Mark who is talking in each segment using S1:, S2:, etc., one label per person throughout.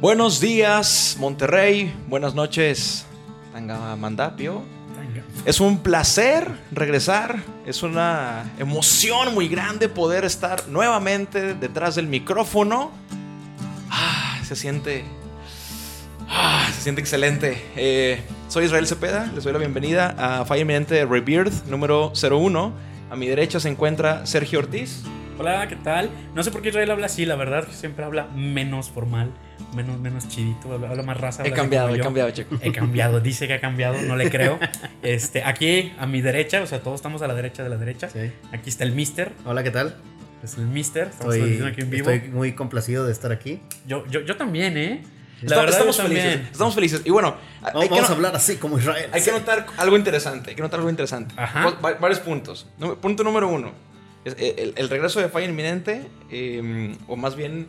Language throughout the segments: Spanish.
S1: Buenos días, Monterrey. Buenas noches, Tangamandapio. Es un placer regresar. Es una emoción muy grande poder estar nuevamente detrás del micrófono. Ah, se siente. ah, se siente excelente. Eh, soy Israel Cepeda. Les doy la bienvenida a Falla Inminente Rebirth número 01. A mi derecha se encuentra Sergio Ortiz.
S2: Hola, ¿qué tal? No sé por qué Israel habla así, la verdad, que siempre habla menos formal, menos, menos chidito, habla, habla más raza.
S1: He
S2: habla así
S1: cambiado,
S2: como
S1: he
S2: yo.
S1: cambiado, Checo.
S2: He cambiado, dice que ha cambiado, no le creo. Este, aquí a mi derecha, o sea, todos estamos a la derecha de la derecha.
S3: Sí.
S2: Aquí está el Mister,
S3: Hola, ¿qué tal?
S2: es el Mister, estamos
S3: Estoy,
S2: transmitiendo aquí en vivo.
S3: estoy muy complacido de estar aquí.
S2: Yo, yo, yo también, ¿eh?
S1: Está-
S2: La verdad,
S1: estamos
S2: yo también.
S1: felices. Estamos felices. Y bueno,
S3: No,
S1: hay que no-
S3: vamos a hablar así como Israel.
S1: Hay que notar algo interesante. Hay que notar algo interesante. Pues,
S2: Ajá.
S1: Va- va- varios puntos. Nú- Punto número uno. es el, el- el regreso de Falla Inminente, eh, o más bien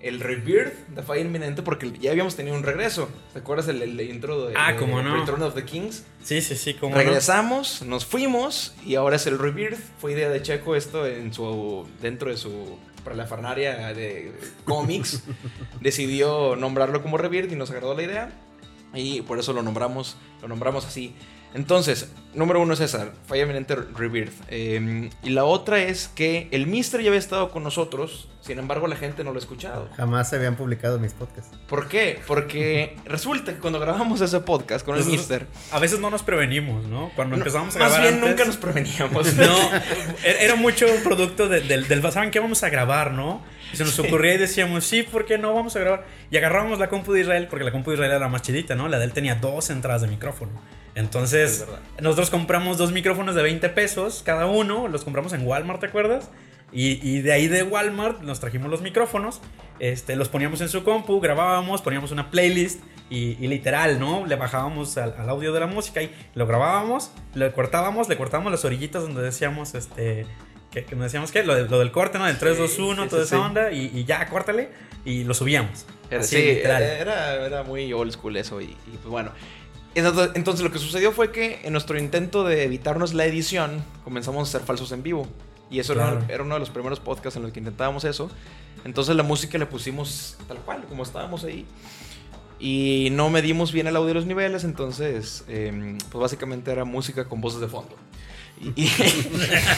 S1: el rebirth de Falla Inminente, porque ya habíamos tenido un regreso. ¿Te acuerdas el, el intro de,
S2: Ah,
S1: de
S2: cómo no.
S1: Return of the Kings?
S2: Sí, sí, sí, como.
S1: Regresamos, nos fuimos y ahora es el rebirth. Fue idea de Checo esto en su dentro de su para la farnaria de cómics. decidió nombrarlo como rebirth y nos agradó la idea y por eso lo nombramos lo nombramos así. Entonces, número uno es esa, Falla Eminente Rebirth. Eh, y la otra es que el Mister ya había estado con nosotros, sin embargo la gente no lo ha escuchado.
S3: Jamás se habían publicado mis podcasts.
S1: ¿Por qué? Porque resulta que cuando grabamos ese podcast con el
S2: Nosotros-
S1: Mister,
S2: A veces no nos prevenimos, ¿no? Cuando empezamos a
S1: más
S2: grabar.
S1: bien
S2: antes-
S1: nunca nos preveníamos.
S2: No, e-, era era mucho producto de- del, del ¿Saben qué vamos a grabar, no? Y se nos ocurría y decíamos, sí, ¿por qué no? Vamos a grabar. Y agarrábamos la compu de Israel, porque la compu de Israel era la más chidita, ¿no? La de él tenía dos entradas de micrófono.
S1: Es
S2: Entonces,
S1: verdad.
S2: nosotros compramos dos micrófonos de 20 pesos cada uno, los compramos en Walmart, ¿te acuerdas? Y, y de ahí de Walmart nos trajimos los micrófonos, este, los poníamos en su compu, grabábamos, poníamos una playlist y, y literal, ¿no? Le bajábamos al, al audio de la música y lo grabábamos, lo cortábamos, le cortábamos las orillitas donde decíamos, este, que, que nos decíamos que lo, del- lo del corte, ¿no? Del 3, 2, 1,
S1: sí,
S2: toda
S1: sí,
S2: esa
S1: sí.
S2: onda y, y ya, córtale y lo subíamos.
S1: Era,
S2: Así,
S1: sí, eh,
S2: literal.
S1: era, era muy old school eso y, y, pues bueno. Entonces, entonces lo que sucedió fue que en nuestro intento de evitarnos la edición comenzamos a hacer falsos en vivo. Y eso era-
S2: Claro.
S1: era, uno de los primeros podcasts en los que intentábamos eso. Entonces la música la pusimos tal cual, como estábamos ahí. Y no medimos bien el audio de los niveles, entonces eh, pues básicamente era música con voces de fondo. Y,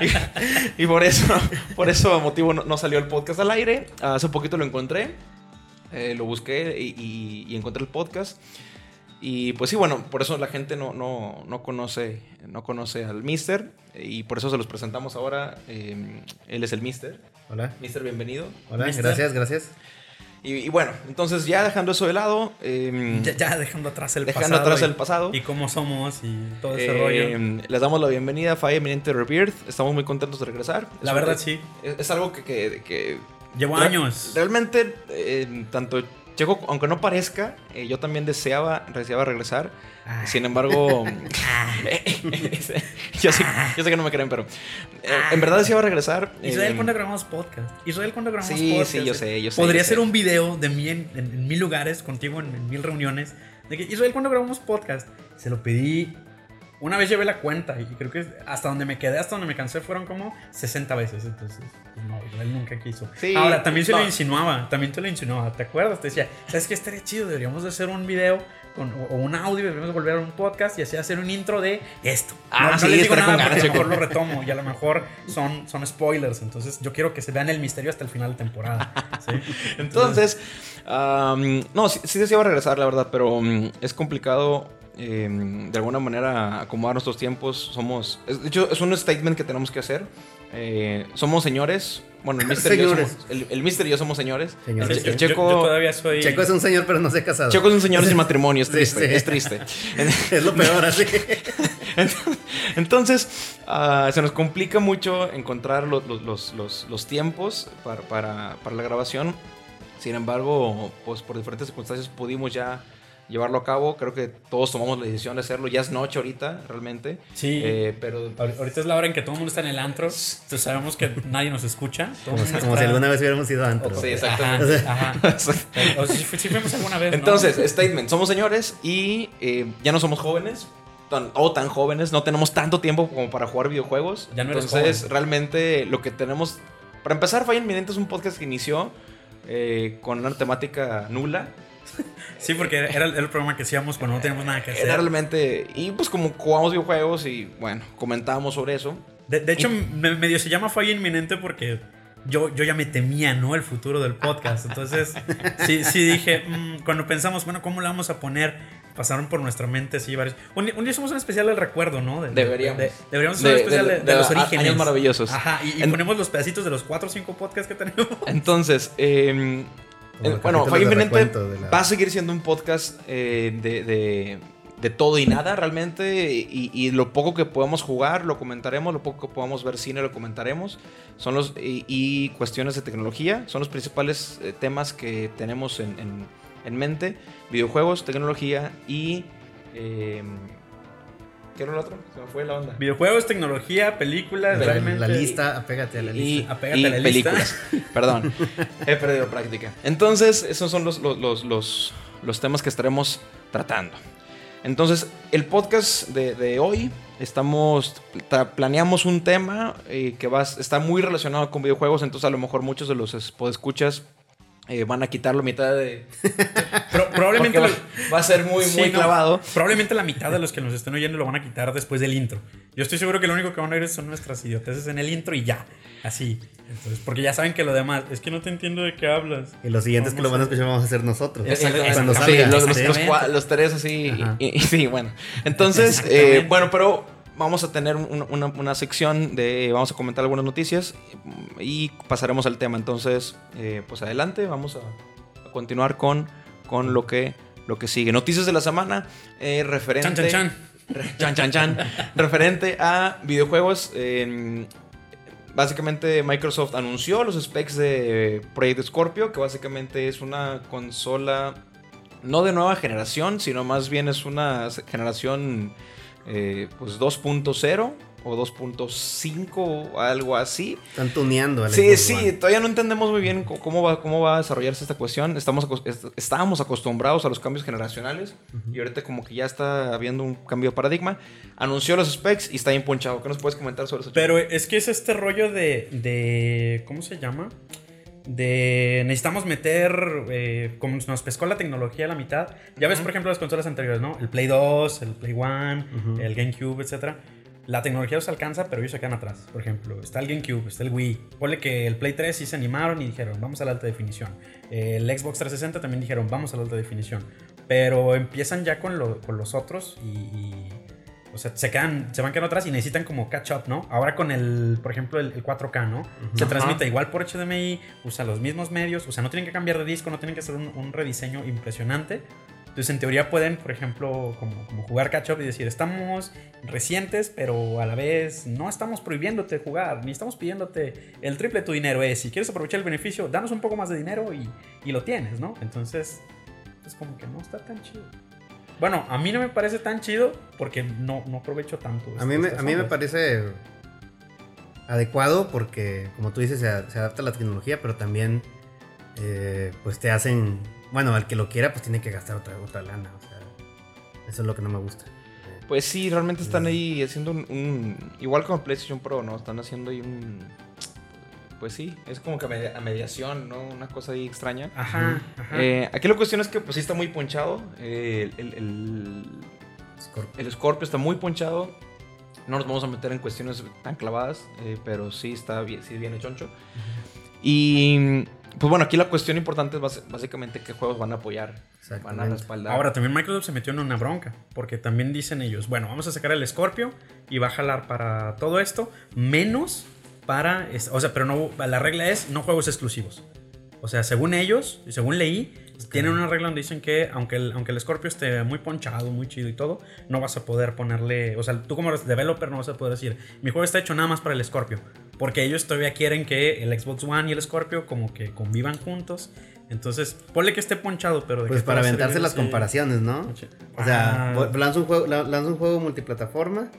S1: y- y por eso, por eso motivo no, no salió el podcast al aire. Hace poquito lo encontré, eh, lo busqué y, y- y encontré el podcast. Y pues sí, bueno, por eso la gente no, no, no conoce, no conoce al Mister y por eso se los presentamos ahora. Eh, él es el Mister.
S3: Hola.
S1: Mister, bienvenido.
S3: Hola,
S2: ¿Viste?
S3: gracias, gracias.
S1: Y, y bueno, entonces ya dejando eso de lado, eh,
S2: Ya, ya dejando atrás el
S1: dejando
S2: pasado.
S1: atrás
S2: y-
S1: el pasado.
S2: Y cómo somos y todo ese
S1: Eh,
S2: rollo.
S1: Les damos la bienvenida a Fire Eminente Rebirth. Estamos muy contentos de regresar.
S2: La
S1: Es-
S2: verdad,
S1: es-
S2: sí.
S1: Es, es algo que. que- que-
S2: Llevo
S1: re-
S2: años.
S1: Realmente, eh, tanto Checo, aunque no parezca, eh, yo también deseaba, deseaba regresar.
S2: Ah.
S1: Sin embargo.
S3: Ah.
S1: yo, sé, yo sé que no me creen, pero. eh,
S3: Ah.
S1: en verdad deseaba regresar.
S2: Israel,
S1: eh,
S2: ¿cuándo grabamos podcast? Israel, ¿cuándo grabamos
S1: Sí,
S2: podcast?
S1: sí, yo sé, yo sé,
S2: Podría
S1: yo
S2: ser
S1: sé.
S2: un video de mí en, en- en mil lugares, contigo en, en mil reuniones. De que, Israel, ¿cuándo grabamos podcast? Se lo pedí. Una vez llevé la cuenta y creo que hasta donde me quedé, hasta donde me cansé, fueron como 60 veces. Entonces, pues no, Israel nunca quiso.
S1: Sí,
S2: Ahora, también se
S1: no.
S2: lo insinuaba, también te lo insinuaba, ¿te acuerdas? Te decía, ¿sabes qué? Estaría chido, deberíamos de hacer un video con- o, o un audio, deberíamos de volver a un podcast y así hacer un intro de esto.
S1: Ah, sí,
S2: les
S1: estaré con
S2: porque
S1: ganas,
S2: a lo mejor lo retomo y a lo mejor son, son spoilers. Entonces yo quiero que se vean el misterio hasta el final de temporada. ¿sí?
S1: Entonces, am, no, sí, sí deseaba regresar, la verdad, pero mm, es complicado eh, de alguna manera acomodar nuestros tiempos. Somos, es- de hecho, es un statement que tenemos que hacer. Eh, somos señores. Bueno, el Mister, y yo
S3: Señores.
S1: somos- el, el Mister y yo somos señores.
S3: Señores.
S1: El- el
S2: Yo-
S1: Checo,
S2: yo todavía soy...
S3: Checo es un señor, pero no se ha casado.
S1: Checo es un señor sin matrimonio, es
S3: Sí,
S1: triste.
S3: sí.
S1: Es triste.
S3: Es lo peor, así.
S1: Entonces, ah, se nos complica mucho encontrar lo- lo- los, los- los tiempos para, para- para la grabación. Sin embargo, pues por diferentes circunstancias pudimos ya llevarlo a cabo. Creo que todos tomamos la decisión de hacerlo. Ya es noche ahorita, realmente.
S2: Sí.
S1: Eh, pero
S2: ahor- Ahorita es la hora en que todo el mundo está en el antro. Entonces sabemos que nadie nos escucha. todo el
S3: Como, si-
S2: mundo
S3: como si
S2: está-
S3: alguna vez hubiéramos ido antro.
S1: Sí, exactamente.
S2: Ajá, ajá. O si, fu- si fuimos alguna vez. ¿no?
S1: Entonces, statement, somos señores y eh, ya no somos jóvenes. tan- o tan jóvenes, no tenemos tanto tiempo como para jugar videojuegos.
S2: Ya no eres
S1: Entonces,
S2: joven.
S1: realmente lo que tenemos... Para empezar, Falla Inminente es un podcast que inició eh, con una temática nula.
S2: Sí, porque era el, el programa que hacíamos cuando no teníamos nada que hacer.
S1: Era realmente. Y pues como jugamos videojuegos y bueno, comentábamos sobre eso.
S2: De, de hecho, me- medio se llama falla inminente porque yo, yo ya me temía, ¿no? El futuro del podcast. Entonces, sí, sí dije, mm, cuando pensamos, bueno, ¿cómo la vamos a poner? Pasaron por nuestra mente, sí, varios. Un, día- un día somos un especial del recuerdo, ¿no? De- de-
S1: Deberíamos.
S2: de- deberíamos hacer un
S1: De-
S2: especial de,
S1: de-
S2: de
S1: de
S2: los
S1: a-
S2: orígenes.
S1: años maravillosos.
S2: Ajá, y, y
S1: En-
S2: ponemos los pedacitos de los 4 o 5 podcasts que tenemos.
S1: Entonces, eh,
S3: Como el
S1: eh, bueno,
S3: capítulo
S1: Falla
S3: de
S1: Infinite
S3: recuento de la-
S1: va a seguir siendo un podcast eh, de, de- de todo y nada realmente. Y, y lo poco que podamos jugar lo comentaremos, lo poco que podamos ver cine lo comentaremos. Son los, y, y cuestiones de tecnología, son los principales eh, temas que tenemos en, en- en mente. Videojuegos, tecnología y... eh, ¿Qué era el otro? Se me fue la onda.
S2: Videojuegos, tecnología, películas,
S3: la,
S2: realmente.
S3: la lista, apégate a la
S1: Y,
S3: lista.
S2: Apégate
S1: y
S2: a la lista.
S1: películas. Perdón, he perdido práctica. Entonces, esos son los, los, los, los- los temas que estaremos tratando. Entonces, el podcast de, de hoy, estamos, tra- planeamos un tema eh, que va, a- está muy relacionado con videojuegos, entonces a lo mejor muchos de los podescuchas eh, van a quitar la mitad de...
S2: Pro- probablemente
S1: porque
S2: lo-
S1: va, va a ser muy,
S2: Sí,
S1: muy
S2: no.
S1: clavado.
S2: Probablemente la mitad de los que nos estén oyendo lo van a quitar después del intro. Yo estoy seguro que lo único que van a oír son nuestras idioteces en el intro y ya. Así. Entonces, porque ya saben que lo demás. Es que no te entiendo de qué hablas.
S3: Y los siguientes que lo van a escuchar vamos a hacer nosotros.
S2: Exactamente.
S3: Cuando
S1: Sí,
S3: salga. este,
S1: los, los- los
S2: Exactamente.
S1: cua- los tres así.
S3: Ajá.
S1: Y, y- sí, bueno. Entonces,
S2: Exactamente.
S1: eh, bueno, pero vamos a tener un- una, una sección de. Vamos a comentar algunas noticias mm, y pasaremos al tema. Entonces, eh, pues adelante, vamos a, a continuar con, con lo, que, lo que sigue. Noticias de la semana eh, referente.
S2: Chan, chan, chan.
S1: Re- Chan, chan, chan. referente a videojuegos. en- básicamente Microsoft anunció los specs de Project Scorpio, que básicamente es una consola no de nueva generación, sino más bien es una generación eh, pues 2.0 o 2.5 o algo así.
S3: Están tuneando a la
S1: Sí,
S3: Xbox
S1: sí,
S3: One.
S1: todavía no entendemos muy bien co- cómo va, cómo va a desarrollarse esta cuestión. Estamos acos- est- estábamos acostumbrados a los cambios generacionales y ahorita como que ya está habiendo un cambio de paradigma. Anunció los specs y está bien ponchado. ¿Qué nos puedes comentar sobre eso? Chico?
S2: Pero es que es este rollo de. de ¿Cómo se llama? De. Necesitamos meter. eh, como nos pescó la tecnología a la mitad. Ya ves, por ejemplo, las consolas anteriores, ¿no? El Play 2, el Play 1, el GameCube, etc. La tecnología los alcanza, pero ellos se quedan atrás. Por ejemplo, está el GameCube, está el Wii. Ponle que el Play 3 sí se animaron y dijeron, vamos a la alta definición. El Xbox 360 también dijeron, vamos a la alta definición. Pero empiezan ya con, lo- con los otros y- y o sea, se quedan, se van quedando atrás y necesitan como catch up, ¿no? Ahora con el, por ejemplo, el, el 4K, ¿no? Se transmite igual por HDMI, usa los mismos medios, o sea, no tienen que cambiar de disco, no tienen que hacer un, un rediseño impresionante. Entonces, en teoría pueden, por ejemplo, como, como jugar catch up y decir, estamos recientes, pero a la vez no estamos prohibiéndote jugar, ni estamos pidiéndote el triple de tu dinero. Es, si quieres aprovechar el beneficio, danos un poco más de dinero y, y lo tienes, ¿no? Entonces, es como que no está tan chido. Bueno, a mí no me parece tan chido porque no, no aprovecho tanto. este
S3: A mí, me,
S2: estas
S3: a mí me
S2: ondas.
S3: parece adecuado porque, como tú dices, se, a- se adapta a la tecnología, pero también eh, pues te hacen... Bueno, al que lo quiera pues tiene que gastar otra, otra lana. O sea, eso es lo que no me gusta. Eh,
S1: Pues sí, realmente están ahí haciendo un, un- Igual como PlayStation Pro, ¿no? Están haciendo ahí un... Pues sí, es como que a media- a mediación, ¿no? Una cosa ahí extraña.
S2: Ajá, ajá.
S1: Eh, aquí la cuestión es que pues sí está muy ponchado. eh, el- el- el,
S3: Scorpio.
S1: el Scorpio está muy ponchado. No nos vamos a meter en cuestiones tan clavadas, eh, pero sí está bien, sí viene choncho. Y pues bueno, aquí la cuestión importante es bas- básicamente qué juegos van a apoyar, van a
S3: Exactamente.
S1: respaldar.
S2: Ahora, también Microsoft se metió en una bronca, porque también dicen ellos, bueno, vamos a sacar el Scorpio y va a jalar para todo esto, menos para, es- o sea, pero no, la regla es no juegos exclusivos. O sea, según ellos, y según leí, tienen una regla donde dicen que aunque el, aunque el Scorpio esté muy ponchado, muy chido y todo, no vas a poder ponerle, o sea, tú como developer no vas a poder decir, mi juego está hecho nada más para el Scorpio, porque ellos todavía quieren que el Xbox One y el Scorpio como que convivan juntos. Entonces, ponle que esté ponchado, pero de
S3: Pues
S2: que te
S3: para
S2: va a
S3: aventarse
S2: servir
S3: las
S2: así.
S3: comparaciones, ¿no? O sea,
S2: Ah.
S3: po- lanza un juego, la- lanza un juego multiplataforma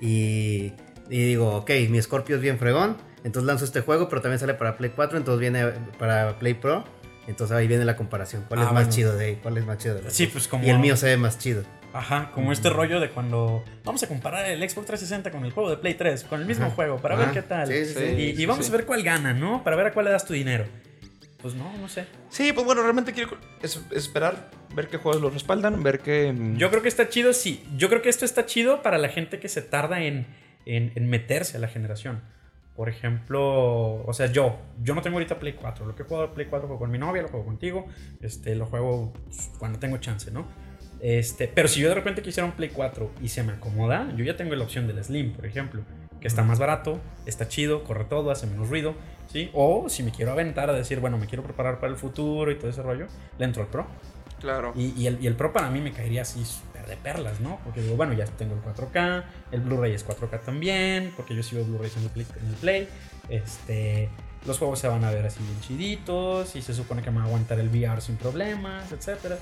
S3: y, y digo, ok, mi Scorpio es bien fregón, entonces lanzo este juego, pero también sale para Play 4, entonces viene para Play Pro, entonces ahí viene la comparación, ¿cuál
S2: Ah,
S3: es más
S2: bueno.
S3: chido de ahí? ¿Cuál es más chido de los
S2: Sí,
S3: dos?
S2: pues como-
S3: Y el mío se ve más chido.
S2: Ajá, como este rollo de cuando vamos a comparar el Xbox 360 con el juego de Play 3, con el mismo
S3: Ajá.
S2: juego, para
S3: Ajá.
S2: ver qué tal.
S3: Sí, sí,
S1: Sí.
S2: Y, y vamos
S1: sí.
S2: a ver cuál gana, ¿no? Para ver a cuál le das tu dinero. Pues no, no sé.
S1: Sí, pues bueno, realmente quiero es- esperar, ver qué juegos lo respaldan, ver qué. mm,
S2: Yo creo que está chido, sí. Yo creo que esto está chido para la gente que se tarda en, en- en meterse a la generación. Por ejemplo, o sea, yo, yo no tengo ahorita Play 4. Lo que he jugado de Play 4 juego con mi novia, lo juego contigo, este, lo juego pues, cuando tengo chance, ¿no? Este, pero si yo de repente quisiera un Play 4 y se me acomoda, yo ya tengo la opción del Slim, por ejemplo, que está más barato, está chido, corre todo, hace menos ruido, ¿sí? O si me quiero aventar a decir, bueno, me quiero preparar para el futuro y todo ese rollo, le entro al Pro.
S1: Claro.
S2: Y, y el, y el Pro para mí me caería así súper de perlas, ¿no? Porque digo, bueno, ya tengo el 4K, el Blu-ray es 4K también, porque yo sigo Blu-ray en el Play. en el Play. Este, los juegos se van a ver así bien chiditos y se supone que me va a aguantar el VR sin problemas, etc.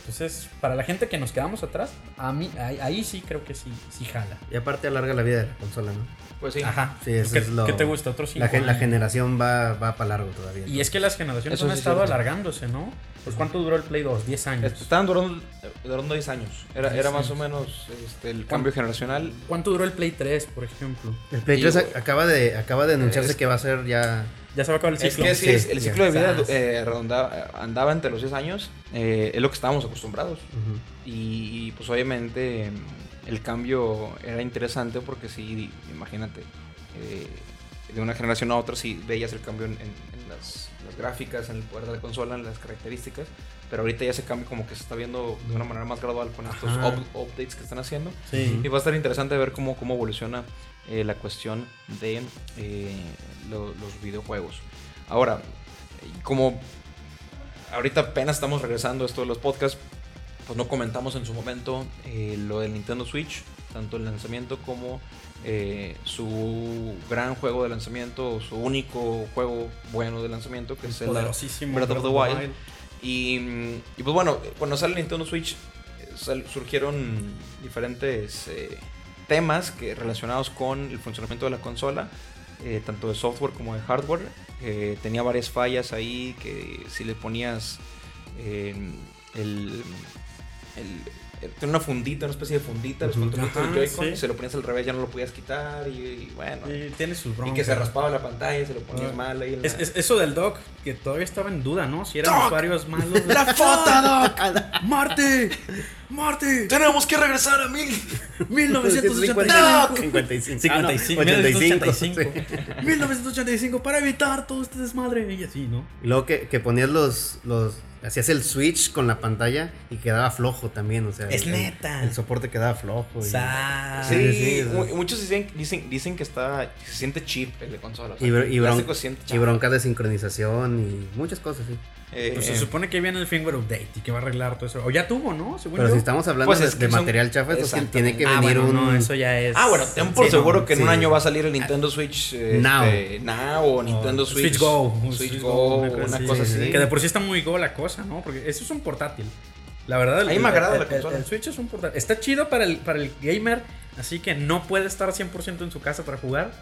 S2: Entonces, para la gente que nos quedamos atrás, a mí, ahí, ahí sí creo que sí, sí jala.
S3: Y aparte alarga la vida de la consola, ¿no?
S1: Pues sí.
S2: Ajá.
S3: Sí, eso
S2: ¿Qué,
S3: es lo-
S2: qué te gusta? Otro
S3: La, gen-
S2: cinco
S3: la
S2: años.
S3: generación va, va para largo todavía.
S2: Y es que las generaciones
S1: Eso
S2: han
S1: sí es
S2: estado
S1: cierto.
S2: alargándose, ¿no? Pues ¿cuánto duró el Play 2? 10 años.
S1: Estaban durando, durando 10 años. Era, era más o menos este, el cambio generacional.
S2: ¿Cuánto duró el Play 3, por ejemplo?
S3: El Play
S1: Digo-
S3: 3 ac- acaba de, acaba de anunciarse
S1: Es-
S3: que va a ser ya.
S2: Ya se va a acabar el
S1: Es
S2: ciclo.
S1: que sí, es- el
S3: Sí,
S1: ciclo de vida
S2: Sas.
S1: eh, redonda- andaba entre los 10 años. eh, es lo que estábamos acostumbrados.
S3: ujú.
S1: Y pues obviamente mm, el cambio era interesante porque sí, imagínate, eh, de una generación a otra sí veías el cambio en, en- en las, las gráficas, en el poder de la consola, en las características, pero ahorita ya ese cambio como que se está viendo de una manera más gradual con estos
S2: Ajá.
S1: up- updates que están haciendo.
S2: Sí.
S1: Y va a estar interesante ver cómo, cómo evoluciona eh, la cuestión de eh, lo- los videojuegos. Ahora, eh, como ahorita apenas estamos regresando a esto de los podcasts, pues no comentamos en su momento eh, lo del Nintendo Switch, tanto el lanzamiento como eh, su gran juego de lanzamiento, su único juego bueno de lanzamiento, que es el
S2: Poderosísimo.
S1: Breath of the Wild. Y, mm, y, pues bueno, cuando sale el Nintendo Switch eh, sal- surgieron diferentes eh, temas que, relacionados con el funcionamiento de la consola, eh, tanto de software como de hardware. Eh, tenía varias fallas ahí que si le ponías eh, el... el- eh, tenía una fundita, una especie de fundita, los
S3: Ujú.
S1: controles del
S2: Ajá,
S1: Joy-Con,
S2: sí.
S1: y se lo ponías al revés, ya no lo podías quitar, y, y bueno. Y,
S2: Y tiene sus broncas.
S1: que se raspaba la pantalla, y se lo ponías
S2: Ah.
S1: mal ahí. en
S2: Es-
S1: la-
S2: es- eso del Doc, que todavía estaba en duda, ¿no? Si eran usuarios malos. de-
S1: foto, Doc!
S2: ¡Marte! ¡Marte!
S1: ¡Tenemos que regresar a mil!
S2: 1985. 55,
S3: 55. 85.
S2: 1985. 1985, para evitar todo este desmadre. Y así, ¿no?
S3: Y luego que, que ponías los, los. Hacías el switch con la pantalla y quedaba flojo también. O sea,
S2: Es
S3: el,
S2: neta.
S3: El soporte quedaba flojo. y-
S2: Sa-
S1: Sí,
S3: Pues sí, sí.
S1: mu- muchos dicen, dicen, dicen que está, que se siente cheap el de consola. o sea,
S3: Y, bro-
S1: el
S3: y bron-
S1: plástico se siente
S3: y
S1: chafa.
S3: broncas de sincronización y muchas cosas, sí.
S1: Eh,
S2: Pues se
S1: eh,
S2: supone que viene el firmware update y que va a arreglar todo eso. O ya tuvo, ¿no? Según
S3: Pero
S2: yo.
S3: si estamos hablando
S1: Pues
S3: de-
S1: es que
S3: de,
S1: son-
S3: material chafa, entonces
S1: Exacto.
S3: tiene que
S2: ah,
S3: venir
S2: bueno,
S3: un.
S2: no, eso ya es.
S1: Ah, bueno, ten por
S2: Sí, no,
S1: seguro que en un
S3: sí.
S1: año va a salir el Nintendo Switch eh,
S3: Now.
S1: este, Now o Nintendo
S2: Switch,
S1: Switch,
S2: Go. un
S1: Switch Go, una cosa
S3: sí,
S1: así.
S3: sí.
S2: Que de por sí está muy Go la cosa, ¿no? Porque eso es un portátil. La verdad, el-
S1: A mí me agrada
S2: el-
S1: la
S2: el-
S1: consola.
S2: el Switch es un portátil. Está chido para el, para el gamer, así que no puede estar 100% en su casa para jugar.